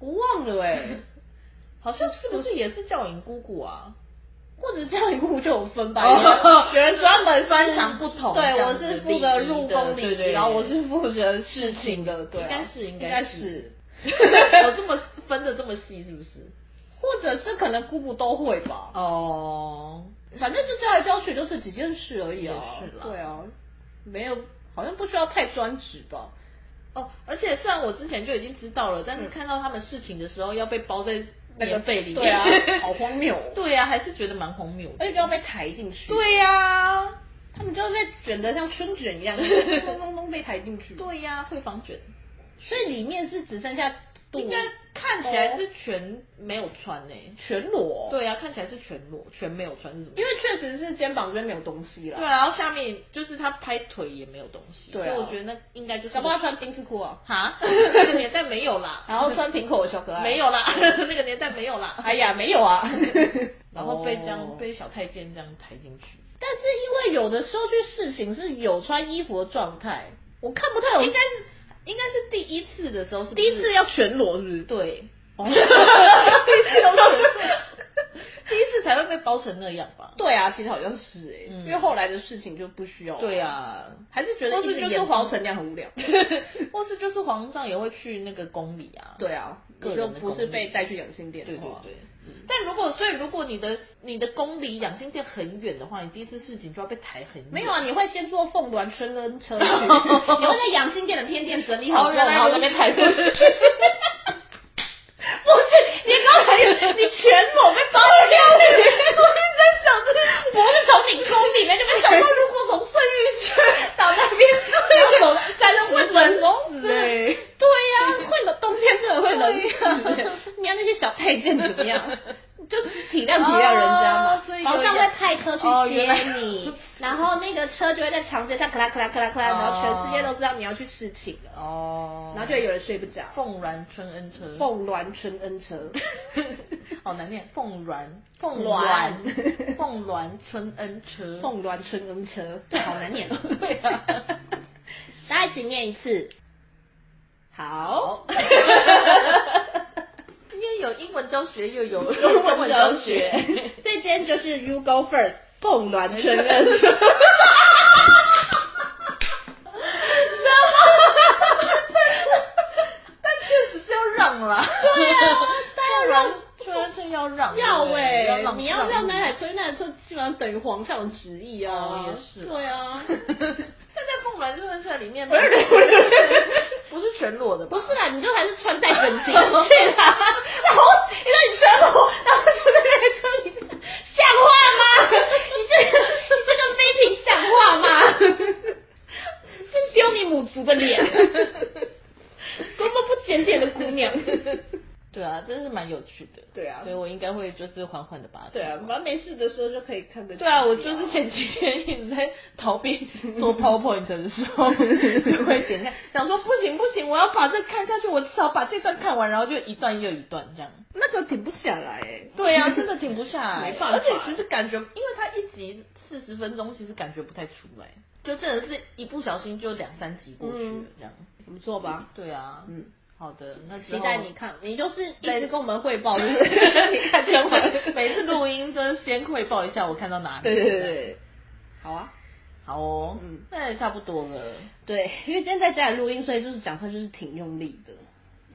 [SPEAKER 1] 我忘了哎、
[SPEAKER 2] <laughs> 好像是不是也是教引姑姑
[SPEAKER 1] <laughs>
[SPEAKER 2] 啊？
[SPEAKER 1] 或者教引姑姑就有分吧。
[SPEAKER 2] 哦有人专门专长不同
[SPEAKER 1] 对
[SPEAKER 2] 这样
[SPEAKER 1] 我
[SPEAKER 2] 子
[SPEAKER 1] 是
[SPEAKER 2] 礼
[SPEAKER 1] 负责
[SPEAKER 2] 仪的
[SPEAKER 1] 入宫
[SPEAKER 2] 对
[SPEAKER 1] 礼
[SPEAKER 2] 对
[SPEAKER 1] 仪，然后我是负责事情的，对啊，
[SPEAKER 2] 应该是应
[SPEAKER 1] 应
[SPEAKER 2] 该
[SPEAKER 1] 该
[SPEAKER 2] 是
[SPEAKER 1] 是。
[SPEAKER 2] 我这么分的这么细是不是？
[SPEAKER 1] 或者是可能姑姑都会吧，
[SPEAKER 2] 哦，
[SPEAKER 1] 反正就教来教去就这几件事而已啊
[SPEAKER 2] 也是。啦
[SPEAKER 1] 对啊，没有，好像不需要太专职吧。
[SPEAKER 2] 哦，而且虽然我之前就已经知道了，但是看到他们事情的时候要被包在
[SPEAKER 1] 那个
[SPEAKER 2] 棉被里面，
[SPEAKER 1] 嗯对
[SPEAKER 2] <laughs>
[SPEAKER 1] 啊，好荒谬、哦。
[SPEAKER 2] 对啊，还是觉得蛮荒谬
[SPEAKER 1] 而且
[SPEAKER 2] 的。
[SPEAKER 1] 就要被抬进去。
[SPEAKER 2] 对啊呀、
[SPEAKER 1] 他们就是被卷得像春卷一样， <laughs> 咚咚咚咚被抬进去。，
[SPEAKER 2] 对呀、会防卷，
[SPEAKER 1] 所以里面是只剩下肚，
[SPEAKER 2] 应该看起来是全没有穿呢、
[SPEAKER 1] 全裸。，
[SPEAKER 2] 对啊呀、看起来是全裸，全没有穿是什么？
[SPEAKER 1] 哦因为确实是肩膀这边没有东西
[SPEAKER 2] 对啊，
[SPEAKER 1] 啦。
[SPEAKER 2] 然后下面就是他拍腿也没有东西，
[SPEAKER 1] 对啊
[SPEAKER 2] 所以我觉得那应该就是
[SPEAKER 1] 搞不好穿丁字
[SPEAKER 2] <laughs>
[SPEAKER 1] 裤啊，
[SPEAKER 2] 哈，那个年代没有啦，
[SPEAKER 1] 然后穿平口的小可爱。
[SPEAKER 2] 没有啦， <laughs> 那个年代没有啦，
[SPEAKER 1] <laughs> 哎呀，没有啊。
[SPEAKER 2] <laughs> 然后被这样、
[SPEAKER 1] 哦
[SPEAKER 2] 被小太监这样抬进去，
[SPEAKER 1] 但是因为有的时候去事情是有穿衣服的状态，我看不太有。
[SPEAKER 2] 应该哎是应该是第一次的时候是不是
[SPEAKER 1] 第一次要全裸是不是？
[SPEAKER 2] 对，
[SPEAKER 1] 哦
[SPEAKER 2] 第一次才会被包成那样吧？
[SPEAKER 1] 对啊，其实好像是哎、
[SPEAKER 2] 嗯
[SPEAKER 1] 因为后来的事情就不需要。
[SPEAKER 2] 对，啊，
[SPEAKER 1] 还是觉得
[SPEAKER 2] 或
[SPEAKER 1] 一
[SPEAKER 2] 是
[SPEAKER 1] 直
[SPEAKER 2] 就是
[SPEAKER 1] 演
[SPEAKER 2] 黄
[SPEAKER 1] 黄成亮很无聊。
[SPEAKER 2] 或是就是皇上也会去那个宫里啊，
[SPEAKER 1] <laughs> 对啊，
[SPEAKER 2] 个
[SPEAKER 1] 你
[SPEAKER 2] 人
[SPEAKER 1] 就
[SPEAKER 2] 的
[SPEAKER 1] 不是被带去养心殿的
[SPEAKER 2] 对对
[SPEAKER 1] 话
[SPEAKER 2] 对。
[SPEAKER 1] 嗯
[SPEAKER 2] 但如果所以如果你的你的宫里养心殿很远的话，你第一次事情就要被抬很远。
[SPEAKER 1] 没有啊，你会先坐凤鸾春跟车 <laughs> 去，你会在养心殿的偏殿整理好
[SPEAKER 2] 哦
[SPEAKER 1] 之
[SPEAKER 2] 原
[SPEAKER 1] 后，
[SPEAKER 2] 来
[SPEAKER 1] 然后
[SPEAKER 2] 如此
[SPEAKER 1] 再被抬过去。不是，你刚才你全裸被包掉， <laughs> 我一直在想着，不是从你宫里面，就没想到如果从圣域去到那边， <laughs> 然后走三十分钟之类。
[SPEAKER 2] <laughs> 对，
[SPEAKER 1] 嗯对呀、会冷，冬天真的会冷
[SPEAKER 2] 对呀。
[SPEAKER 1] 呀你看那些小太监怎 <laughs> 么样？就是体谅体谅人家嘛
[SPEAKER 2] 哦，所以有
[SPEAKER 1] 皇上会派车去
[SPEAKER 2] 哦
[SPEAKER 1] 接
[SPEAKER 2] 原来
[SPEAKER 1] 你，然后那个车就会在长街上咔啦咔啦咔啦咔啦，然后全世界都知道你要去事情了，
[SPEAKER 2] 哦，
[SPEAKER 1] 然后就有人睡不着。
[SPEAKER 2] 凤鸾春恩车，
[SPEAKER 1] 凤鸾春恩车， <laughs>
[SPEAKER 2] 好哦难念，凤鸾，
[SPEAKER 1] 凤
[SPEAKER 2] 凤
[SPEAKER 1] 鸾
[SPEAKER 2] 鸾，凤鸾春恩车，
[SPEAKER 1] 凤鸾春恩车，对，好难念哦。
[SPEAKER 2] 对啊
[SPEAKER 1] 大家一起念一次。
[SPEAKER 2] <laughs>
[SPEAKER 1] 好，
[SPEAKER 2] 今天有英文教学，又 <laughs> 有
[SPEAKER 1] 中文教
[SPEAKER 2] 教学，
[SPEAKER 1] 学 <laughs> 所以今天就是 You go first，凤鸾春恩 <laughs> 车。
[SPEAKER 2] 确实是要让啦。<laughs>
[SPEAKER 1] 对啊
[SPEAKER 2] 要让，春恩车要让，嗯
[SPEAKER 1] 要
[SPEAKER 2] 哎、
[SPEAKER 1] 哎、你要让那
[SPEAKER 2] 那
[SPEAKER 1] 台车，那台车基本上等于皇上的旨意啊。
[SPEAKER 2] 哦也是啊
[SPEAKER 1] 对 <laughs> 啊。
[SPEAKER 2] 但在凤鸾春恩车里 <laughs> 面，
[SPEAKER 1] 不是不是
[SPEAKER 2] 不是全裸的吧，
[SPEAKER 1] 不是啊啦，你就还是穿戴整 <laughs> 齐去啦。然后你说你穿红，然后就在那个车里面，像话吗？你这个你这个妃嫔像话吗？真丢你母族的脸！多么不检点的姑娘！
[SPEAKER 2] 对啊，真是蛮有趣的。
[SPEAKER 1] 对啊
[SPEAKER 2] 所以我应该会就是缓缓的把它。
[SPEAKER 1] 对啊，反正没事的时候就可以看个。
[SPEAKER 2] 对啊，我就是前几天一直在逃避做 PowerPoint 的时候， <laughs> 就会点开，
[SPEAKER 1] <laughs>
[SPEAKER 2] 想说不行不行，我要把这看下去，我至少把这段看完，然后就一段又一段这样。
[SPEAKER 1] 那个停不下来哎、
[SPEAKER 2] 对
[SPEAKER 1] <laughs>
[SPEAKER 2] 啊，真的停不下来，
[SPEAKER 1] 没办法
[SPEAKER 2] 而且其实感觉，因为它一集四十分钟，其实感觉不太出来，就真的是一不小心就两三集过去了
[SPEAKER 1] 嗯
[SPEAKER 2] 这样。
[SPEAKER 1] 我们做吧。
[SPEAKER 2] 对啊，
[SPEAKER 1] 嗯，
[SPEAKER 2] 好的，那之后
[SPEAKER 1] 期待你看，你就是一直跟我们汇
[SPEAKER 2] <laughs>
[SPEAKER 1] 报，就是 <laughs> 你看
[SPEAKER 2] 先
[SPEAKER 1] 这
[SPEAKER 2] 汇
[SPEAKER 1] 回，
[SPEAKER 2] 每次录音都先汇报一下我看到 <laughs> 哪里。
[SPEAKER 1] 对对对对，好啊。
[SPEAKER 2] 好哦，
[SPEAKER 1] 嗯
[SPEAKER 2] 嗯，那也差不多了。
[SPEAKER 1] 对，因为今天在家里录音，所以就是讲话就是挺用力的。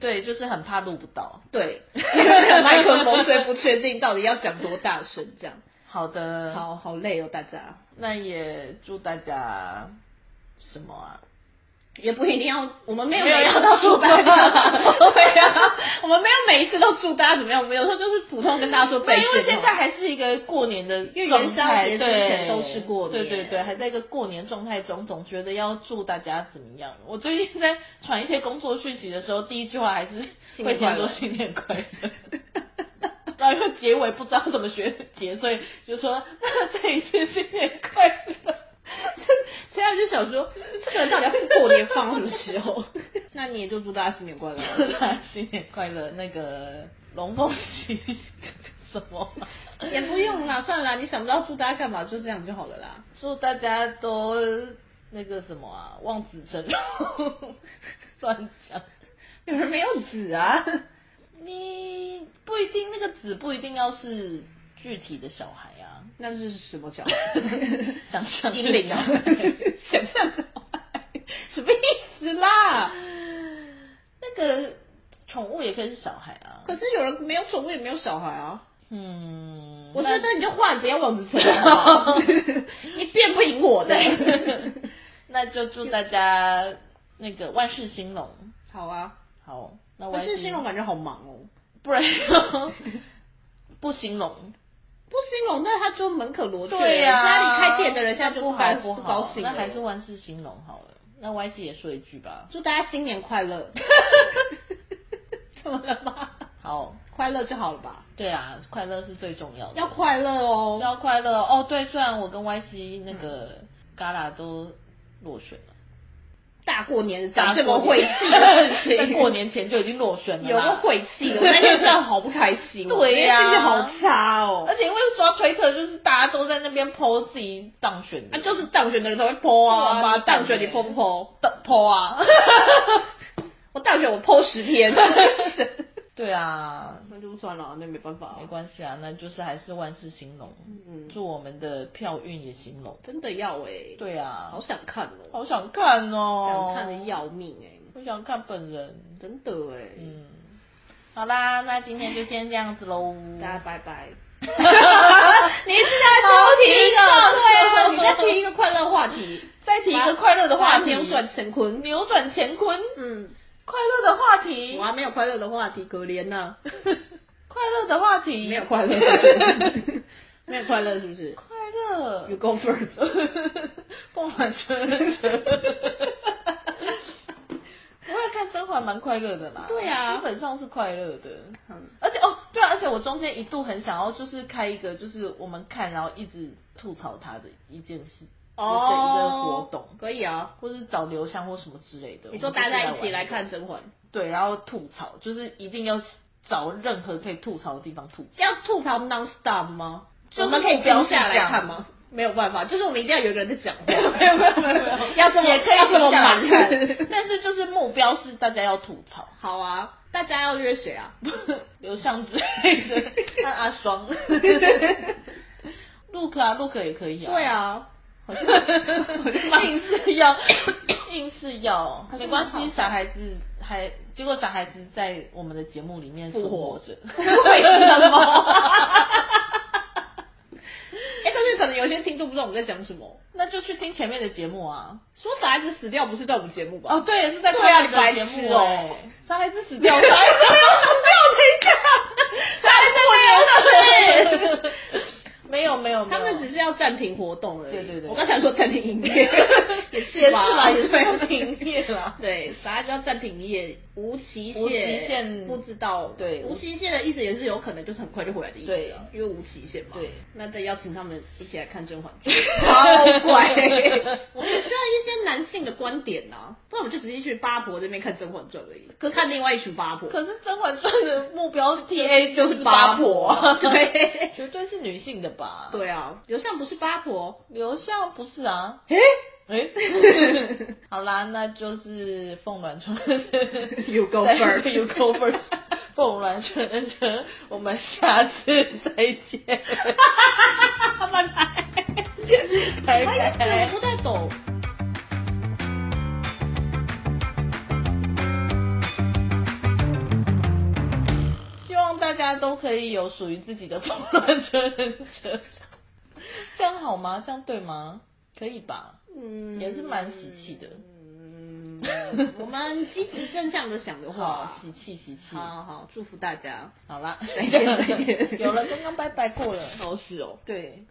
[SPEAKER 2] 对，就是很怕录不到。 <laughs>
[SPEAKER 1] 对，因为没有麦克风，所以不确定到底要讲多大声这样。
[SPEAKER 2] 好的，，
[SPEAKER 1] 好好累哦，大家
[SPEAKER 2] 那也祝大家什么啊？
[SPEAKER 1] 也不一定要，我们没有
[SPEAKER 2] 没有
[SPEAKER 1] 每一次
[SPEAKER 2] 要
[SPEAKER 1] 都祝大家，
[SPEAKER 2] 说
[SPEAKER 1] 对啊，我们没有每一次都祝大家怎么样，我们有时候就是普通跟大家说
[SPEAKER 2] 对，
[SPEAKER 1] 再见
[SPEAKER 2] 因
[SPEAKER 1] 哦。
[SPEAKER 2] 为现在还是一个过年的
[SPEAKER 1] 为
[SPEAKER 2] 状
[SPEAKER 1] 元宵
[SPEAKER 2] 态，
[SPEAKER 1] 节之
[SPEAKER 2] 对，
[SPEAKER 1] 前都是过年
[SPEAKER 2] 对对对，还在一个过年状态中，总觉得要祝大家怎么样。我最近在传一些工作讯息的时候，第一句话还是
[SPEAKER 1] 新年
[SPEAKER 2] 会
[SPEAKER 1] 快
[SPEAKER 2] 先
[SPEAKER 1] 乐
[SPEAKER 2] 说新年快乐。 <laughs> 然后因为结尾不知道怎么学结，所以就说那这一次新年快
[SPEAKER 1] <laughs>
[SPEAKER 2] 乐。 <laughs>
[SPEAKER 1] 现在就想说，这个人到底要过年放到什么时候？那你也就祝大家新年快乐
[SPEAKER 2] 祝 <laughs>
[SPEAKER 1] <laughs>
[SPEAKER 2] 大家新年快乐！那个龙凤喜 <laughs> 什么啊？
[SPEAKER 1] <laughs> 也不用啦，算了啦，你想不到祝大家干嘛，就这样就好了啦。
[SPEAKER 2] 祝大家都那个什么啊，望子成 <laughs> 龙，乱讲。
[SPEAKER 1] 有人没有纸
[SPEAKER 2] <laughs>
[SPEAKER 1] 啊？
[SPEAKER 2] 你不一定那个子不一定要是具体的小孩啊，
[SPEAKER 1] 那是什么小
[SPEAKER 2] <laughs> 想象
[SPEAKER 1] 英灵啊 <laughs>
[SPEAKER 2] 想象小孩什么意思啦？那个宠物也可以是小孩啊。
[SPEAKER 1] 可是有人没有宠物，也没有小孩啊。
[SPEAKER 2] 嗯，
[SPEAKER 1] 我觉
[SPEAKER 2] 那
[SPEAKER 1] 得你就换，不要往这扯， <laughs> 你辩不赢我的。
[SPEAKER 2] 那就祝大家那个万事兴隆。
[SPEAKER 1] <laughs> 好啊，
[SPEAKER 2] 好，那我
[SPEAKER 1] 可
[SPEAKER 2] 还
[SPEAKER 1] 是兴隆感觉好忙哦。
[SPEAKER 2] 不然不兴隆。
[SPEAKER 1] 不兴隆，那他就门可罗雀。啊
[SPEAKER 2] 对啊呀、
[SPEAKER 1] 家里开店的人现在就
[SPEAKER 2] 不
[SPEAKER 1] 高
[SPEAKER 2] 好
[SPEAKER 1] 不
[SPEAKER 2] 好
[SPEAKER 1] 高兴了，
[SPEAKER 2] 那还是万事兴隆好了。那 Y C 也说一句吧，
[SPEAKER 1] 祝大家新年快乐。 <laughs> 怎么了吗？
[SPEAKER 2] 好，
[SPEAKER 1] 快乐就好了吧？
[SPEAKER 2] 对啊，快乐是最重要的，
[SPEAKER 1] 要快乐哦。
[SPEAKER 2] 要快乐哦。对，虽然我跟 Y C 那个 Gala 都落选了，
[SPEAKER 1] 大过年的讲这么晦气的事
[SPEAKER 2] 在
[SPEAKER 1] 情，
[SPEAKER 2] 过年前就已经落选了啦，
[SPEAKER 1] 有个晦气的，我那天真的好不开心、 <laughs> 哦，
[SPEAKER 2] 对呀
[SPEAKER 1] 那天心情好差哦。
[SPEAKER 2] 而且因为刷推特，就是大家都在那边 po 自己当选的，
[SPEAKER 1] 啊，就是当选的人才会泼
[SPEAKER 2] 哇妈
[SPEAKER 1] 啊，你
[SPEAKER 2] 蛋
[SPEAKER 1] 当选你
[SPEAKER 2] 欸
[SPEAKER 1] 泼不泼？
[SPEAKER 2] 的 po 啊。 <laughs>
[SPEAKER 1] 我当选我泼十篇，
[SPEAKER 2] 对啊，
[SPEAKER 1] 那 <laughs> 就算了，那没办法、
[SPEAKER 2] 没关系啊，那就是还是万事兴隆，
[SPEAKER 1] 嗯
[SPEAKER 2] 祝我们的票运也兴隆。
[SPEAKER 1] 真的要哎、
[SPEAKER 2] 对啊，
[SPEAKER 1] 好想看哦，
[SPEAKER 2] 好想看哦，
[SPEAKER 1] 想看的要命哎、
[SPEAKER 2] 我想看本人。
[SPEAKER 1] 真的哎、
[SPEAKER 2] 嗯，好啦，那今天就先这样子喽，
[SPEAKER 1] 大家拜 <laughs> 拜。你
[SPEAKER 2] 好
[SPEAKER 1] 是在提一个
[SPEAKER 2] 好
[SPEAKER 1] 对啊，
[SPEAKER 2] 好
[SPEAKER 1] 你在提一个快乐话题，
[SPEAKER 2] 再提一个快乐的话题，
[SPEAKER 1] 扭转乾坤。
[SPEAKER 2] 扭转乾坤，
[SPEAKER 1] 嗯，
[SPEAKER 2] 快乐的话题
[SPEAKER 1] 我，还没有快乐的话题，可怜啊呐、
[SPEAKER 2] 快乐的话题，
[SPEAKER 1] <laughs> 没有快乐是不是，没有快乐是不是 <laughs>
[SPEAKER 2] 快乐
[SPEAKER 1] ？You，go <laughs> first。
[SPEAKER 2] 凤凰春人
[SPEAKER 1] <laughs>
[SPEAKER 2] 折。不会看甄嬛蛮快乐的啦，
[SPEAKER 1] 对啊
[SPEAKER 2] 基本上是快乐的。
[SPEAKER 1] 嗯
[SPEAKER 2] 而且哦，对啊，而且我中间一度很想要就是开一个，就是我们看然后一直吐槽他的一件事
[SPEAKER 1] 哦
[SPEAKER 2] 的一个活动，
[SPEAKER 1] 可以啊。
[SPEAKER 2] 或是找刘翔或什么之类的。我
[SPEAKER 1] 你
[SPEAKER 2] 们就
[SPEAKER 1] 说大
[SPEAKER 2] 是
[SPEAKER 1] 家一起来
[SPEAKER 2] 玩
[SPEAKER 1] 看
[SPEAKER 2] 这个，
[SPEAKER 1] 甄嬛，
[SPEAKER 2] 对，然后吐槽，就是一定要找任何可以吐槽的地方吐槽。
[SPEAKER 1] 要吐槽 non stop 吗？
[SPEAKER 2] 就是
[SPEAKER 1] 我们可以
[SPEAKER 2] 不
[SPEAKER 1] 标下
[SPEAKER 2] 是这
[SPEAKER 1] 来
[SPEAKER 2] 样
[SPEAKER 1] 看吗？没有办法，就是我们一定要有一个人在讲话，
[SPEAKER 2] 没有没有没有没有
[SPEAKER 1] 要这么
[SPEAKER 2] 也可以
[SPEAKER 1] 要这
[SPEAKER 2] 停
[SPEAKER 1] 么
[SPEAKER 2] 下来
[SPEAKER 1] 忙
[SPEAKER 2] 看但是就是目标是大家要吐槽，
[SPEAKER 1] <laughs> 好啊，大家要约谁 <laughs> 啊？
[SPEAKER 2] <laughs> 刘翔之类的，那阿 <laughs> 双，陆克啊，陆克也可以啊。
[SPEAKER 1] 对，
[SPEAKER 2] <laughs>
[SPEAKER 1] 啊，好像
[SPEAKER 2] 硬是
[SPEAKER 1] <laughs> <coughs>
[SPEAKER 2] 要，
[SPEAKER 1] 哎
[SPEAKER 2] 硬是要，
[SPEAKER 1] 可是
[SPEAKER 2] 没关
[SPEAKER 1] 蛮
[SPEAKER 2] 系
[SPEAKER 1] 好，
[SPEAKER 2] 小孩子还，结果小孩子在我们的节目里面
[SPEAKER 1] 复
[SPEAKER 2] 复
[SPEAKER 1] 活
[SPEAKER 2] 活着，
[SPEAKER 1] <laughs> 为什么？哎、但是可能有些听众不知道我们在讲什么。
[SPEAKER 2] <laughs> 那就去听前面的节目啊。
[SPEAKER 1] 说小孩子死掉不是在我们节目吧？
[SPEAKER 2] 哦，对，是在
[SPEAKER 1] 对啊
[SPEAKER 2] 看那个节
[SPEAKER 1] 你白
[SPEAKER 2] 目
[SPEAKER 1] 痴哦
[SPEAKER 2] 哦。小孩子死
[SPEAKER 1] 没
[SPEAKER 2] 掉，
[SPEAKER 1] 有，小
[SPEAKER 2] 小孩
[SPEAKER 1] 孩
[SPEAKER 2] 子
[SPEAKER 1] 子没有 <laughs> 死掉，小孩 <laughs> 子没有死掉。
[SPEAKER 2] <laughs> 没有没有，没
[SPEAKER 1] 他
[SPEAKER 2] 有
[SPEAKER 1] 们只是要暂停活动而已。
[SPEAKER 2] 对对对
[SPEAKER 1] 我刚才说暂停营业， <laughs> 也
[SPEAKER 2] 也
[SPEAKER 1] 是
[SPEAKER 2] 是
[SPEAKER 1] 吧？
[SPEAKER 2] 啦，也是没有停业啦。
[SPEAKER 1] 对，小孩子要暂停营业，无期限，
[SPEAKER 2] 无期限
[SPEAKER 1] 不知道。
[SPEAKER 2] 对
[SPEAKER 1] 无期限的意思也是有可能就是很快就回来的意思啊，因为无期限嘛。
[SPEAKER 2] 对，
[SPEAKER 1] 那再邀请他们一起来看《甄嬛
[SPEAKER 2] <laughs>
[SPEAKER 1] 传》，
[SPEAKER 2] 超怪
[SPEAKER 1] 我们也需要一些男性的观点呐、啊，不然我们就直接去八婆这边看《甄嬛传》而已，可看另外一群八婆。
[SPEAKER 2] 可是《甄嬛传》的目标 T A 就是
[SPEAKER 1] 八
[SPEAKER 2] 八
[SPEAKER 1] 婆
[SPEAKER 2] 婆， <laughs>
[SPEAKER 1] 对，
[SPEAKER 2] 绝对是女性的吧？，
[SPEAKER 1] 对啊，刘向不是八婆，
[SPEAKER 2] 刘向不是啊？
[SPEAKER 1] 诶、
[SPEAKER 2] 诶，
[SPEAKER 1] <laughs>
[SPEAKER 2] 好啦，那就是凤鸾春
[SPEAKER 1] You
[SPEAKER 2] <laughs>
[SPEAKER 1] go first.
[SPEAKER 2] you go
[SPEAKER 1] <laughs>
[SPEAKER 2] first，凤鸾春春，我们下次再
[SPEAKER 1] <laughs>
[SPEAKER 2] 见，拜
[SPEAKER 1] 我
[SPEAKER 2] 拜，
[SPEAKER 1] 也是，我哎不太懂。
[SPEAKER 2] 希望大家都可以有属于自己的凤鸾春
[SPEAKER 1] <laughs>
[SPEAKER 2] 春，这样好吗？这样对吗？可以吧？
[SPEAKER 1] 嗯
[SPEAKER 2] 也是蛮喜气的
[SPEAKER 1] 嗯，我们积极正向的想的话
[SPEAKER 2] 好，，喜气喜气，
[SPEAKER 1] 啊好好
[SPEAKER 2] <laughs>
[SPEAKER 1] 好，祝福大家。
[SPEAKER 2] 好啦，
[SPEAKER 1] 再见再见
[SPEAKER 2] <laughs> 有了，刚刚拜拜过了，
[SPEAKER 1] 哦，是哦。
[SPEAKER 2] 对。